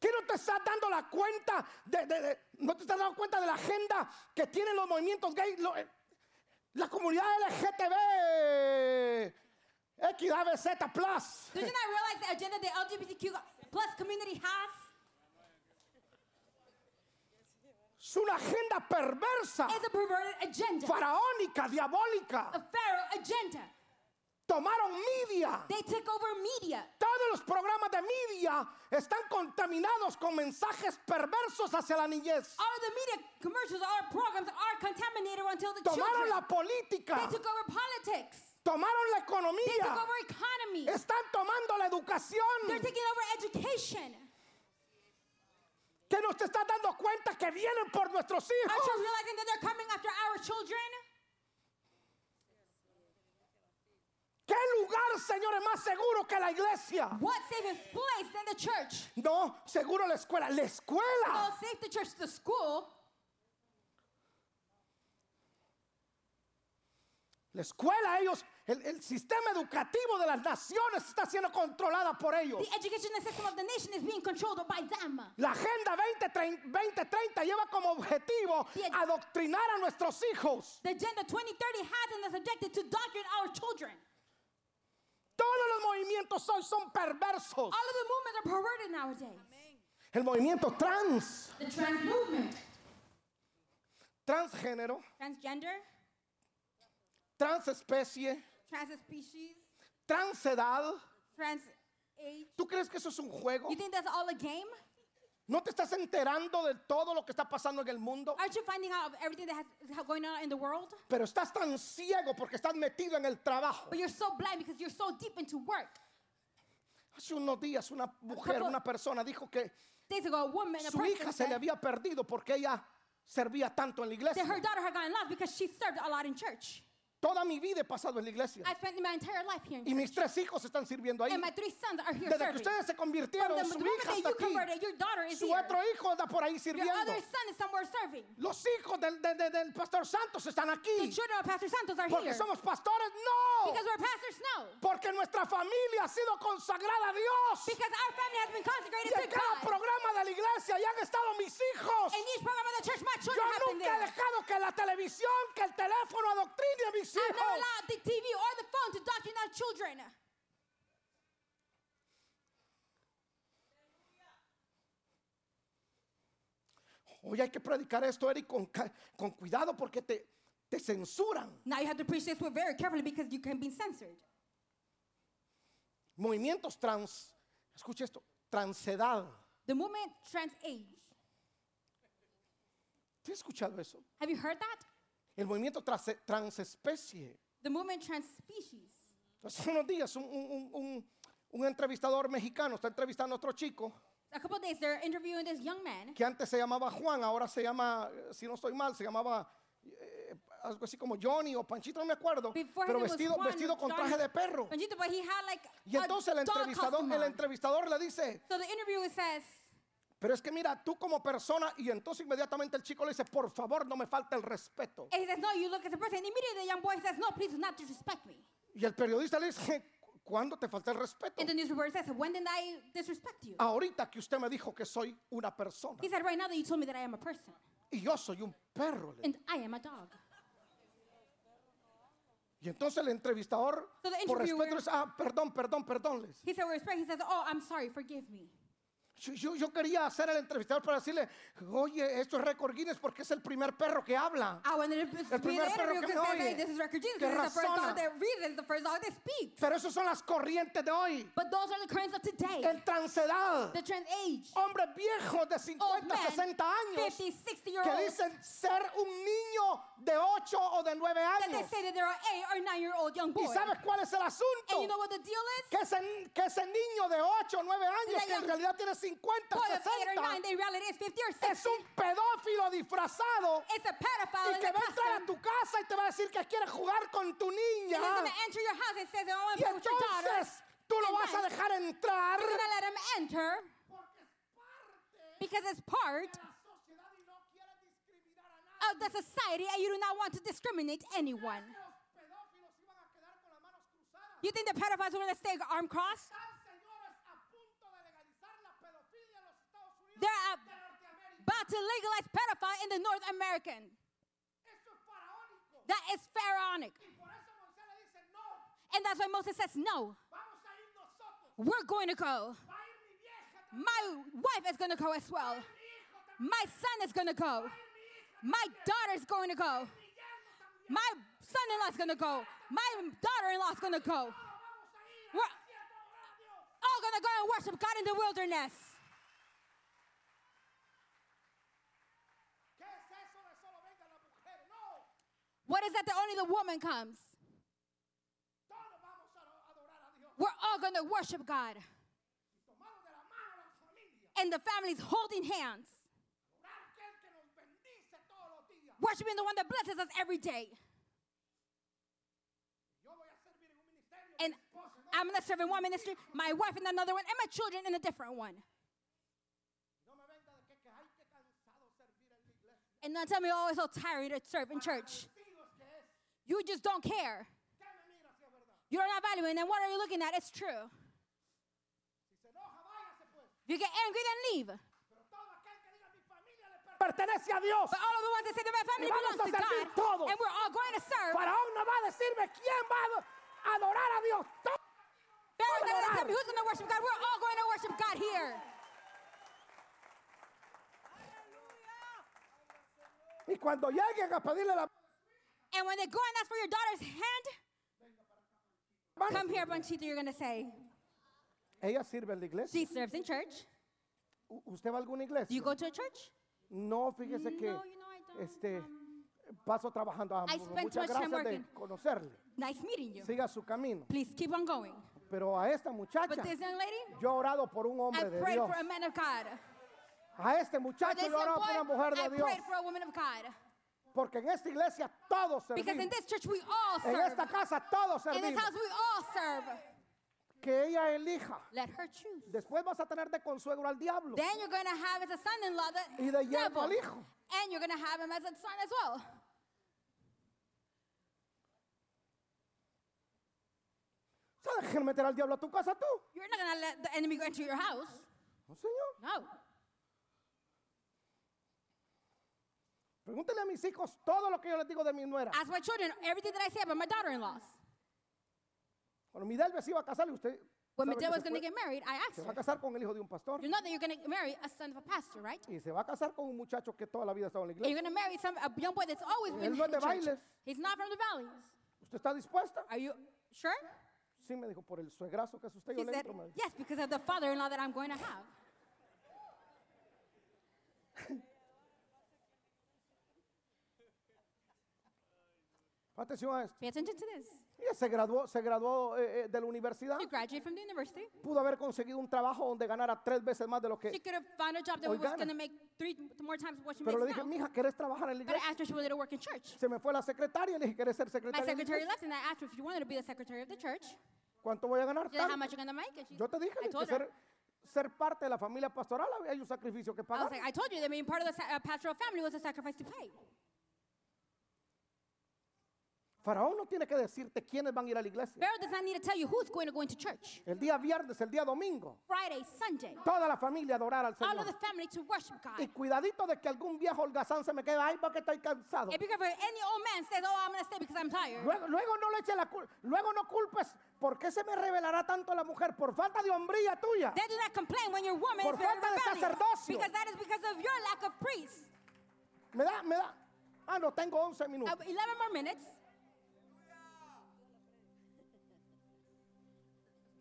¿Qué no te estás dando la cuenta de, de- de- no te estás dando cuenta de la agenda que tienen los movimientos gay, lo- eh, la comunidad LGTB, equidad BZ plus?
Did you not realize the agenda the LGBTQ plus community has?
Es una agenda perversa,
It's a perverted agenda,
faraónica, diabólica.
a pharaoh agenda.
Tomaron media.
They took over media.
Todos los programas de media están contaminados con mensajes perversos hacia la niñez.
All of the media commercials, all programs are contaminated until the
Tomaron
children.
la política,
They took over politics.
tomaron la
They took
economía,
over economy.
están tomando la
They're
educación.
taking over education.
Que nos estás dando cuenta que vienen por nuestros
Aren't you
hijos.
realizing that they're coming after our children?
¿Qué lugar, señores, más seguro que la iglesia?
What safest place than the church?
No, seguro la escuela. La
Well,
escuela.
safe the church to school.
La escuela, ellos, el, el sistema educativo de las naciones está siendo controlada por ellos.
The educational system of the nation is being controlled by them.
La Agenda 2030 2030 lleva como objetivo
Bien.
adoctrinar a nuestros hijos.
The agenda 2030 has and is subjected to doctrine our children.
Todos los movimientos hoy son perversos.
All of the movements are perverted nowadays.
El movimiento trans,
The trans movement.
transgénero,
Transgender,
transespecie,
trans species,
transedad.
trans age.
¿Tú crees que eso es un juego?
You think that's all a game?
¿No te estás enterando de todo lo que está pasando en el mundo?
Aren't you finding out of everything that has is going on in the world?
Pero estás tan ciego porque estás metido en el trabajo.
But you're so blind because you're so deep into work.
Hace unos días una mujer,
Couple-
una persona dijo que
Days ago, a woman, a
su
person
hija se le
said
había perdido porque ella servía tanto en la
that her
iglesia.
daughter had gotten lost because she served a lot in church.
Toda mi vida he pasado en la iglesia.
I spent my entire life here in
Y
church.
mis tres hijos están sirviendo ahí.
And my three sons are here
Desde que
serving.
ustedes se
From
convirtieron,
the,
su
the moment
hija
that
está
you
aquí.
converted, your daughter is
Su
here.
otro hijo anda por ahí
Your
sirviendo.
other son is somewhere serving.
Los hijos del, del- del- del pastor Santos están
The
aquí.
children of Pastor Santos are
Porque
here.
somos pastores, no.
Because we're pastors now.
Porque nuestra familia ha sido consagrada a Dios.
Because our family has been consecrated
Y en
to God.
cada programa de la iglesia ya han estado mis hijos.
In each program of the church, my
Yo
children have been
nunca he
there.
dejado que la televisión, que el teléfono adoctrine a mis
I've never
hijos.
allowed the TV or the phone to doctrine our children.
Hoy hay que predicar esto, Eric, con, ca- con cuidado porque te, te censuran.
Now you have to preach this word very carefully because you can be censored.
Movimientos trans, escucha esto, transedad.
The movement trans age.
¿Te has escuchado eso?
Have you heard that?
El movimiento transe- transespecie.
The movement trans species.
Hace unos días un, un- un- un- un entrevistador mexicano está entrevistando a otro chico
A couple days they're interviewing this young man.
que antes se llamaba Juan, ahora se llama, eh, si no estoy mal, se llamaba eh, algo así como Johnny o Panchito, no me acuerdo,
Before
pero
him it was
vestido,
Juan,
vestido con
Johnny,
traje de perro.
Panchito, but he had like
Y
a
entonces el
dog
entrevistador,
costume
el
on.
entrevistador le dice,
So the interviewer says,
pero es que mira, tú como persona, y entonces inmediatamente el chico le dice, por favor, no me falta el respeto.
and he says, no, you look at the person. And immediately the young boy says, no, please do not disrespect me.
Y el periodista le dice, "¿Cu- ¿cuándo te falta el respeto?
And the news reporter says, when did I disrespect you?
Ahorita que usted me dijo que soy una persona.
He said, right now that you told me that I am a person.
Y yo soy un perro. le dice.
And I am a dog.
Y entonces el entrevistador,
So the
por respeto,
interviewer-
le dice, ah, perdón, perdón, perdón. le dice.
He said, with respect, he says, oh, I'm sorry, forgive me.
Yo, yo- yo quería hacer al entrevistador para decirle, oye, esto es récord Guinness porque es el primer perro que habla.
I wanted to be the
primer perro
interview
que
because
me
said, hey,
oye,
this is record Jesus.
que
This is the first
razona."
dog that reads. This is the first dog that speaks.
Pero esas son las corrientes de hoy.
But those are the currents of today.
El transedad.
The trans age.
Hombres viejos de
Old
50,
men,
60 años
50, 60 year
que
olds.
dicen ser un niño de 8 o de 9
That they
años.
say that they're an eight or nine year old young
¿Y
boy.
sabes cuál es el
And you
asunto?
know what the deal is?
Que ese, que ese niño de 8 o 9 años,
Mira,
que en
ya-
realidad tiene 50,
Boy of eight
60,
or nine, they reality is 50 or 60.
es un pedófilo disfrazado
It's a pedophile
y
in
que
the
va a entrar a
custom.
tu casa y te va a decir que quiere jugar con tu niña.
And he's going to enter your house and says, "Oh, I
Y
want to play with your daughter.
entonces tú lo
And
vas a
then
dejar entrar
You're going to let him enter because it's part of the society and you do not want to discriminate anyone. You think the pedophiles are going to stay arm crossed? They're ab- about to legalize pedophile in the North American. That is pharaonic. And that's why Moses says, No, we're going to go. My wife is going to go as well. My son is going to go. My daughter is going to go. My son in law is going to go. My daughter in law is going to go. We're all going to go and worship God in the wilderness. What is that that only the woman comes? We're all going to worship God. And the family's holding hands, worshiping the one that blesses us every day. And I'm going to serve in one ministry, my wife in another one, and my children in a different one. And don't tell me, oh, I'm so tired to serve in church. You just don't care. You don't have value, and then what are you looking at? It's true.
pues.
If you get angry, then leave. But
pertenece a Dios.
all of the ones that say that my family
Y vamos
belongs
a
to
servir
God,
todos.
and we're all going to serve,
Faraón no va a decirme quién va a adorar a Dios. Todo
Pharaoh's
vamos a
not gonna
orar.
tell me who's going to worship God. We're all going to worship God here.
Y cuando lleguen a pedirle la
And when they go and ask for your daughter's hand,
mano,
come here, Panchito, you're going to say,
ella sirve en la iglesia.
she serves in church.
U- ¿Usted va a alguna
Do
iglesia?
you go to a church?
No, fíjese que
No, you know, I don't,
este paso trabajando. Ah,
I
mu-
spend too
muchas
much time
gracias de
working.
conocerle.
Nice meeting you.
Siga su camino.
Please keep on going.
Pero a esta muchacha,
But this young lady,
yo he orado por un
I
hombre de
prayed
Dios.
for a man of God.
A este
For
muchacho
this
yo
young
oraba por
boy,
una mujer
I
de Dios.
prayed for a woman of God.
Porque en esta iglesia todos
Because in
servimos.
this church, we all
En
serve.
esta casa todos
In this
servimos.
house, we all serve.
Que ella elija.
Let her choose.
Después vas a tener de consuegro al diablo.
Then you're going to have as a son-in-law
Y
the
de yerno
devil.
al hijo.
And you're going to have him as a son as well.
¿Sabes dejar meter al diablo a tu casa tú?
You're not going to let the enemy go into your house.
No, señor.
No.
Pregúntele a mis hijos todo lo que yo les digo de mi nuera.
Ask my children everything that I say about my daughter-in-laws.
Cuando mi Delbes iba a casar y usted
When
sabe que
Medea was
se,
going to
fue-
get married, I asked
se va a
her,
casar con el hijo de un pastor
you know that you're going to marry a son of a pastor, right?
y se va a casar con un muchacho que toda la vida ha estado en la
And
iglesia.
you're going to marry some, a young boy that's always been
Él no es
in
de
church.
bailes.
He's not from the valleys.
¿Usted está dispuesta?
Are you sure?
Sí, me dijo, por el suegrazo que es usted,
He
yo le
said,
entro. me dijo.
yes, because of the father-in-law that I'm going to have.
Atención a esto.
Pay attention to this.
Ella se graduó, se graduó eh, eh, de la universidad.
She graduated from the university.
Pudo haber conseguido un trabajo donde ganara tres veces más de lo
She
que.
could have found a job that was
Oigan.
going to make three more times what she
Pero le
makes
dije,
now.
mija, ¿querés trabajar en la
But I
iglesia?
asked her if she wanted to work in church.
Se me fue la secretaria, le dije, ¿querés ser
My
secretaria? de la
secretary
iglesia?
left, and I asked her if she wanted to be the secretary of the church.
¿Cuánto voy a ganar?
She said, how
Tanto.
much you going to make? And she,
Yo te dije
I
que
told her.
ser, ser parte de la familia pastoral había- hay un sacrificio que
I
pagar.
was like, I told you that being part of the sa- uh, pastoral family was a sacrifice to pay.
Faraón no tiene que decirte quiénes van a ir a la iglesia.
Pharaoh does not need to tell you who's going to go into church.
El día viernes, el día domingo,
Friday, Sunday,
toda la familia adorar al
all
Señor.
of the family to worship God.
Y cuidadito de que algún viejo holgazán se me quede ahí porque estoy cansado.
And be careful if any old man says, oh, I'm going to stay because I'm tired.
Luego, luego no le eche la cul- luego no culpes por qué se me revelará tanto la mujer por falta de hombría tuya.
They do not complain when your woman
Por
is very
falta de
rebellious.
sacerdocio.
Because that is because of your lack of priests.
Me da, me da. Ah, no, tengo 11 minutos.
Uh, 11 more minutes.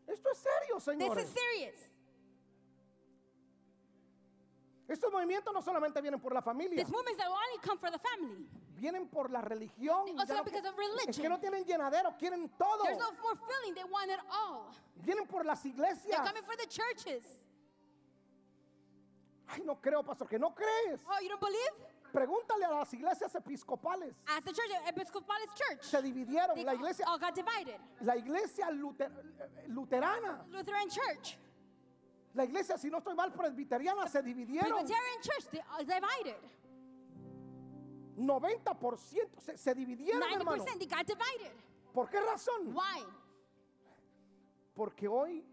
Esto es serio,
This is
señores.
serious.
Estos movimientos no solamente vienen por la familia,
These movements that will only come for the family.
vienen por la religión.
They also
Ya no-
because of
es que
religion.
no tienen llenadero, quieren todo.
There's no more feeling. They want it all.
Vienen por las iglesias.
They're coming for the churches.
Ay, no creo, pastor, que no crees.
Oh, you don't believe?
Pregúntale a las iglesias episcopales.
At the church, at Episcopalist Church.
Se dividieron
They
la iglesia,
all got divided.
la iglesia luter- luterana,
Lutheran Church,
la iglesia, si no estoy mal, presbiteriana, se dividieron.
Presbyterian Church, they all divided.
90% se, se dividieron, hermano.
90% they got divided.
¿Por qué razón?
Why?
Porque hoy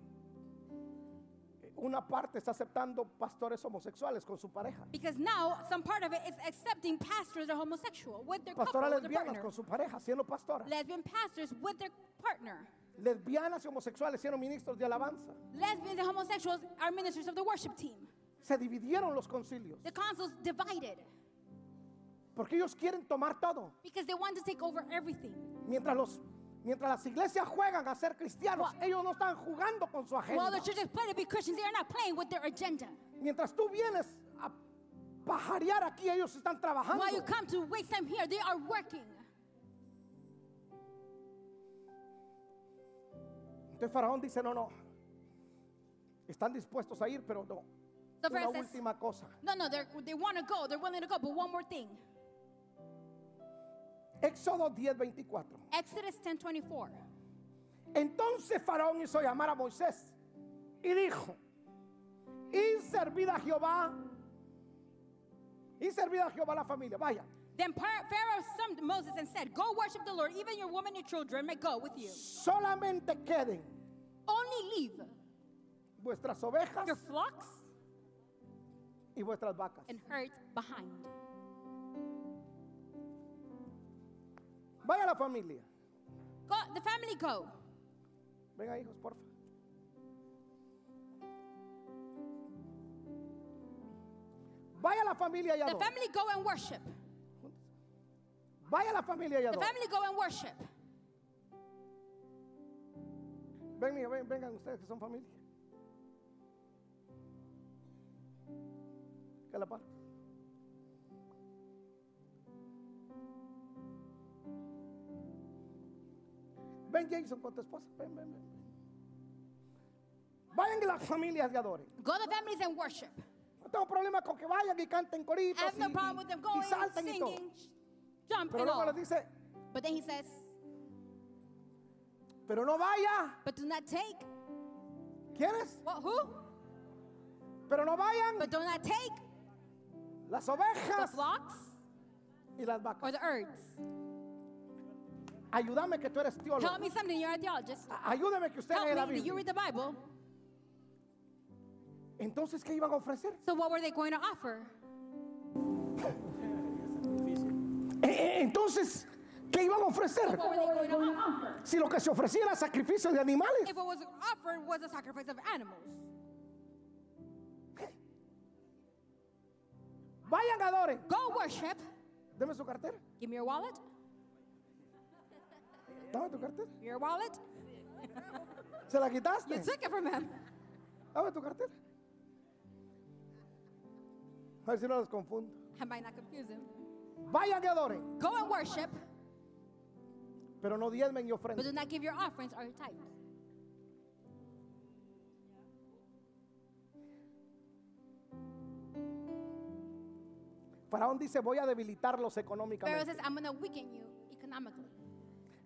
eh, una parte está aceptando pastores homosexuales con su pareja,
Because now some part of it is accepting pastors that are homosexual with their couple,
pastoras
with their
lesbianas
partner.
con su pareja, siendo pastoras,
Lesbian pastors with their partner.
lesbianas y homosexuales siendo ministros de alabanza.
Lesbians and homosexuals are ministers of the worship team.
Se dividieron los concilios
The council's divided
porque ellos quieren tomar todo.
because they want to take over everything.
Mientras, los, mientras las iglesias juegan a ser cristianos, ellos no están jugando con su
While
agenda.
the churches play to be Christians, they are not playing with their agenda.
Mientras tú vienes a pajarear aquí, ellos están trabajando.
While you come to waste time here, they are working.
Entonces Faraón dice, no, no, están dispuestos a ir, pero no.
So
Una
Pharaoh says,
última cosa.
No, no, they're, they want to go. They're willing to go. But one more thing.
Éxodo 10:24.
Exodus 10:24.
Entonces Faraón hizo llamar a Moisés y dijo, y servid a Jehová, y servid a Jehová la familia, vaya,
Then Par- Pharaoh summoned Moses and said, "Go worship the Lord. Even your women and children may go with you.
solamente queden
Only leave
vuestras ovejas
your flocks
y vuestras vacas.
and herds behind."
Vaya la familia.
Go, the family go.
Venga, hijos, porfa. Vaya la familia y
The
adora.
family go and worship.
Vaya la familia y
The
adora.
family go and worship.
Ven, mija, ven, vengan ustedes que son familia. Que la par. Ven, Jason, con tu esposa. Ven, ven, ven. Vayan las familias y adoren.
Go the families and worship.
tengo problema con que vayan y canten
I
coritos
have
y,
no problem with them
y-
going,
y salten y todo.
singing, jump,
Pero
and
luego
all.
les dice,
But then he says,
pero no vaya.
but do not take.
¿Quiénes?
What? Who?
Pero no vayan
But do not take
las
the
ovejas
flocks
y las
or
vacas.
the herds.
Ayúdame que tú eres teólogo.
Tell me something. You're a theologist.
A- Ayúdame que usted lee la
Help me. Do
Biblia.
you read the Bible?
Entonces, ¿qué iban a ofrecer?
So what were they going to offer?
Eh, eh, Entonces, ¿qué iban a ofrecer?
What were they going to offer?
Si lo que se ofrecía era sacrificio de animales.
If what was offered was a sacrifice of animals,
Vayan, adoren.
go worship.
Deme su cartera.
Give me your wallet.
Dame tu cartera.
Your wallet.
¿Se la
You
quitaste?
took it from him. *laughs*
Dame tu cartera. A ver si no los confundo.
I might not confuse him.
Vayan y adoren,
Go and worship,
pero no diezmen y
but
ofrenden.
do not give your offerings or your tithes.
Faraón dice, voy a debilitarlos
Pharaoh
económicamente.
says, I'm going to weaken you economically.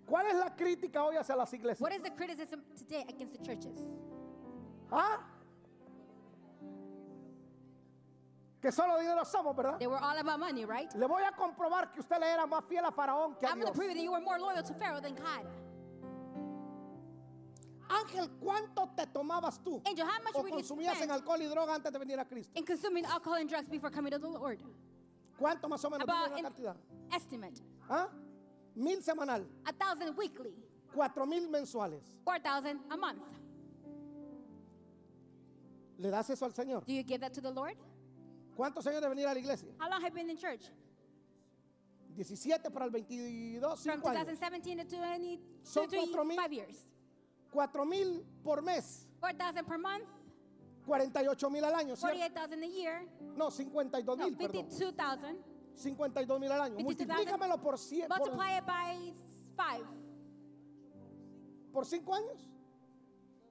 ¿Cuál es la crítica hoy hacia las iglesias?
What is the criticism today against the churches?
¿Ah? Que solo dinero somos, ¿verdad?
They were all about money, right?
Le voy a comprobar que usted le era más fiel a Faraón que a
I'm going
Dios.
to prove that you were more loyal to Pharaoh than God.
Ángel, ¿cuánto te tomabas tú?
Angel, how much
O
were you
consumías en
spend?
alcohol y droga antes de venir a Cristo.
In consuming alcohol and drugs before coming to the Lord.
¿Cuánto más o menos Dime
About an
una cantidad?
estimate,
¿Ah? Mil semanal,
a thousand weekly,
cuatro mil mensuales.
four thousand a month.
¿Le das eso al Señor?
Do you give that to the Lord?
¿Cuántos años de venir a la iglesia?
How long have you been in church?
17 para el 22,
From
5 años.
2017 to 20,
Son
to
4,000.
5 years.
4 mil por mes,
4,000 per month,
48 mil al año, ¿cierto?
48,000 a year.
No, 52
No,
mil, perdón.
52,000.
52 mil al año.
52,000.
Multiplícamelo por 100, por,
Multiply it by 5.
por 5 años.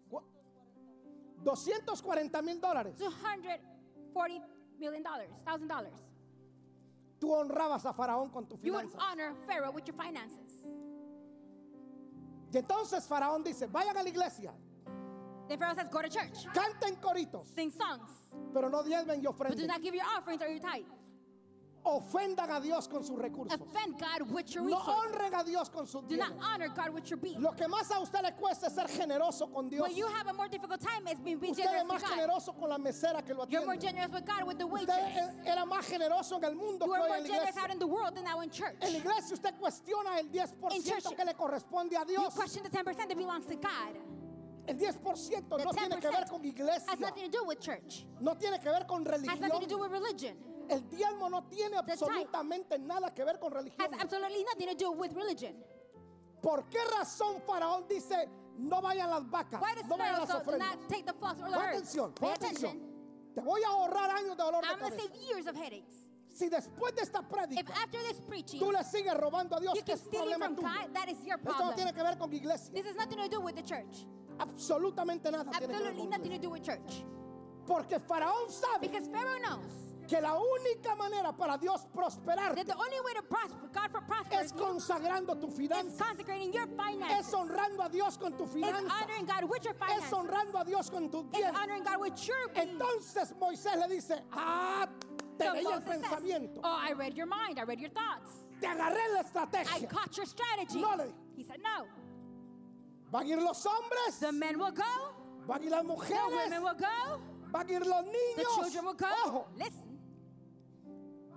Cu- 240 mil dólares.
$240 million, thousand dollars.
Tú honrabas a Faraón con tu
You would
finanza.
honor Pharaoh with your finances.
Y entonces Faraón dice, vayan a la iglesia,
Then Pharaoh says, go to church,
canten coritos,
sing songs,
pero no diezmen y
but do
ofrenden.
not give your offerings or your tithe.
Ofendan a Dios con sus recursos.
Offend God with your
No
resources.
honren a Dios con sus
Do not
bienes.
honor God with your being.
Lo que más a usted le cuesta es ser generoso con Dios.
When you have a more difficult time is being being
Usted
generous
es más
to God.
generoso con la mesera que lo
You're more
atiende.
generous with God with the
Usted
waitress.
e- era más generoso en el mundo
You
que
are
hoy
more
en la
generous out
iglesia.
in the world than now in church.
En la iglesia usted cuestiona el
In
10%
church,
que le corresponde a
You
Dios.
question the 10% that belongs to God.
El 10%
The
no tiene que ver
10%
con
Has
iglesia,
nothing to do with church.
no tiene que ver con
Has nothing to do
religión.
with religion.
El diezmo no tiene
tithe
absolutamente nada que ver con religión.
Has absolutely nothing to do with religion.
¿Por qué razón Faraón dice no vayan las vacas,
Why does
no vayan
Pharaoh
las
so, do
ofrendas?
not take the flocks or the
Pon
herds?
atención, pon
Pay
atención.
attention.
Te voy a ahorrar años de dolor de
I'm going to
cabeza.
save years of headaches.
Si después de esta
If
prédica
after this preaching,
tú le sigues robando a Dios,
you
que
keep
es
stealing
problema
from
tuyo.
God, that is your
Esto no
problem.
tiene que ver con iglesia.
This has nothing to do with the church.
Absolutamente nada tiene que ver
Absolutely
con
nothing
iglesia.
to do with church.
Porque Faraón sabe
Because Pharaoh knows
que la única manera para Dios prosperar
that the only way to prosper, God for prosper
es
is you-
consagrando tu
is
finanza,
consecrating your finances.
es honrando a Dios con tu
It's
finanza,
honoring God with your finances.
es honrando a Dios con tu
It's
bien.
honoring God with your being.
Entonces Moisés le dice, ah, te
So
leí el
Moses says,
pensamiento,
Oh, I read your mind. I read your thoughts.
te agarré la
I
estrategia.
caught your strategy.
No le dijo.
He said, No.
Van a ir los hombres,
The men will go.
van a ir las
The
mujeres,
women will go.
van a ir los
The
niños.
children will go.
Ojo,
Listen,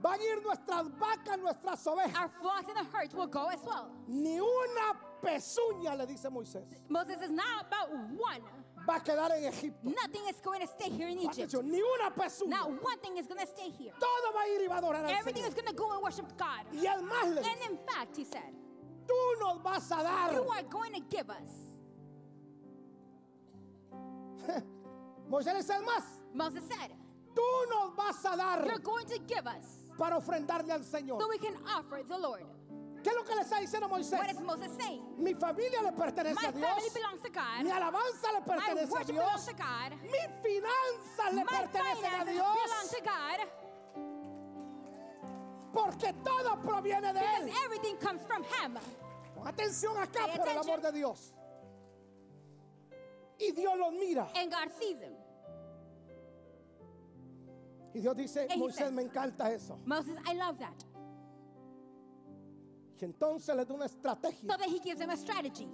van a ir nuestras vacas, nuestras ovejas.
our flocks and the herds will go as well.
Ni una pezuña, le dice Moisés,
Moses is not about one.
va a quedar en Egipto.
Nothing is going to stay here in Egypt.
Atención, ni una pezuña.
Not one thing is going to stay here.
Todo va a ir y va a adorar al
Everything is
Señor.
going to go and worship God.
Y el más le
And
dice,
in fact, he said,
tú nos vas a dar.
You are going to give us.
Moisés le dice, el más,
Moses said,
tú nos vas a
You're
dar
going to give us
para ofrendarle al Señor.
so we can offer the Lord.
¿Qué es lo que le está diciendo Moisés?
What is Moses saying?
Mi familia le
My
pertenece a
family
Dios.
belongs to God.
Mi alabanza le
My
pertenece a
worship
Dios.
belongs to God.
Mis finanzas le
My
pertenecen a
finances belong
Dios.
to God.
Porque todo proviene de Él.
Because everything comes from Him.
Pon atención acá,
Pay
por el
attention.
amor de Dios. Y Dios los mira.
And God sees him.
Y Dios dice,
And he
Moisés,
says-
me encanta eso.
Moses, I love that.
Y entonces le da una
So
estrategia.
that he gives him a strategy.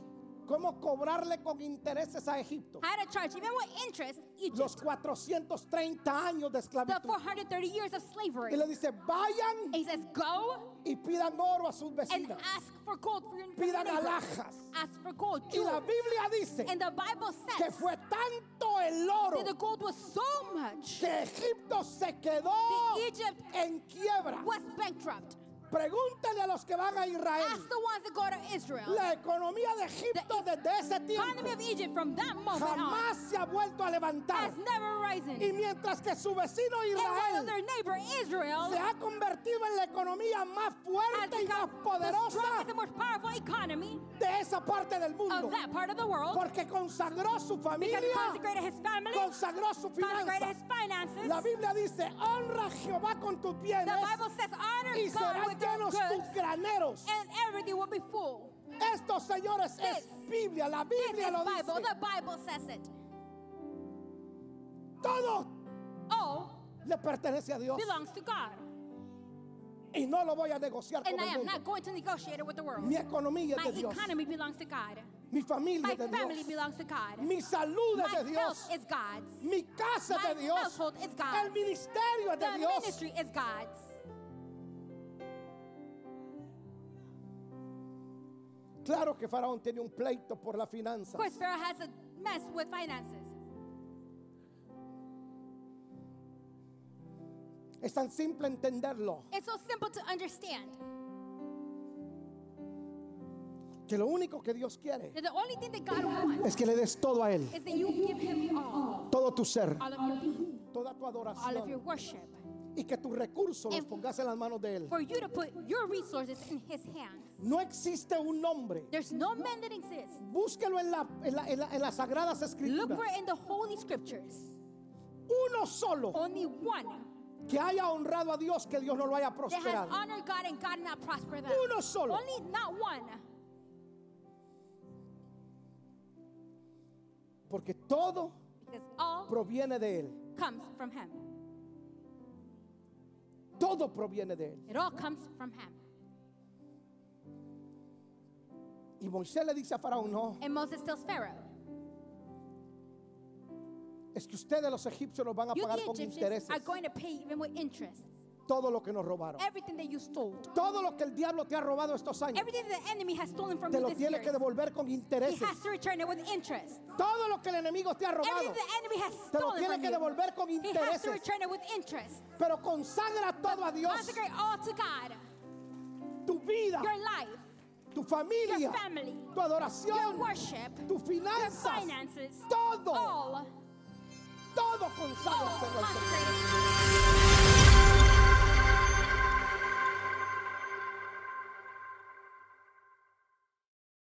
¿Cómo cobrarle con intereses a Egipto?
How to charge even with interest
Los
Egypt.
430 años de
The
esclavitud.
430 years of slavery.
Y le dice, vayan
And he says, go
y pidan oro a sus
and
vecinas.
ask for gold for your for your
Pidan
neighbor.
alhajas.
Ask for gold,
Y la
jewels.
Biblia dice
And the Bible
que
says
fue tanto el oro
that the gold was so much
que Egipto se quedó
The Egypt-
en quiebra.
was bankrupt.
Pregúntale a los que van a
Ask
Israel.
the ones that go to Israel.
La economía de Egipto
The-
desde ese
The
tiempo
economy of Egypt from that moment on
jamás se ha vuelto a levantar.
has never
Y
risen.
mientras que su vecino
And one of
Israel
their neighbor Israel
se ha convertido en la economía más
has
fuerte y más
become the
poderosa
strongest and most powerful economy
de esa parte del mundo.
of that part of the world
Porque consagró su
because he
familia,
consecrated his family,
consagró su
consecrated
finanza.
his finances.
La Biblia dice, honra a Jehová con tus
The
bienes
Bible says, honor
y
God
serán
with your
llenos
goods,
tus graneros.
and everything will be full.
Esto, señores, es
This-
Biblia. La
This is
Biblia lo
Bible.
dice.
The Bible says it.
Todo
All
le pertenece a Dios
belongs to God.
y no lo voy a negociar con
And I
el
am
mundo.
not going to negotiate it with the world.
Mi economía es
My
de Dios.
economy belongs to God.
Mi familia
My
es de
family
Dios.
belongs to God.
Mi salud
My
es de Dios.
health is God's.
Mi casa es de
My
Dios.
household is God.
El ministerio es
The
de Dios.
ministry is God's.
Claro que Faraón tiene un pleito por la finanza.
Of course, Pharaoh has a mess with finances.
Es tan simple entenderlo
It's so simple to understand
que lo único que Dios quiere
that the only thing that God wants
es que le des todo a Él,
is that you give Him all,
todo tu ser,
all of your being,
toda tu
all of your
adoración
worship,
y que tus recursos los
And-
pongas en las manos de Él.
for you to put your resources in His hands.
No existe un nombre.
There's no man that exists.
Búsquelo en, la- en la- en la- en las sagradas
Look
escrituras.
for it in the Holy Scriptures.
Uno solo
Only one
que haya honrado a Dios, que Dios no lo haya
that has
prosperado.
honored God and God not prosper them.
Uno solo.
Only not one.
Porque todo
Because all
proviene de Él.
comes from Him.
Todo proviene de Él.
It all comes from Him.
Y Moisés le dice a Faraón, no,
And Moses tells Pharaoh,
es que ustedes los egipcios nos van a
You,
pagar
the
con
Egyptians,
intereses
are going to pay even with interest
todo lo que nos robaron.
everything that you stole.
Todo lo que el diablo te ha robado estos años,
Everything the enemy has stolen from
te
you
lo
this
tiene que
year,
devolver con
he
intereses.
has to return it with interest.
Todo lo que el enemigo te ha robado,
Everything the enemy has
te lo
stolen
tiene
from
que
you,
devolver con
he has to
intereses.
return it with interest.
Pero consagra todo a Dios.
Consecrate all to God.
Tu vida,
Your life,
tu familia,
your family,
tu
your
adoración,
worship,
tus
your
finanzas,
finances, Oh.
todo,
all,
todo
all Oh,
conságraselo al Señor.
consecrated.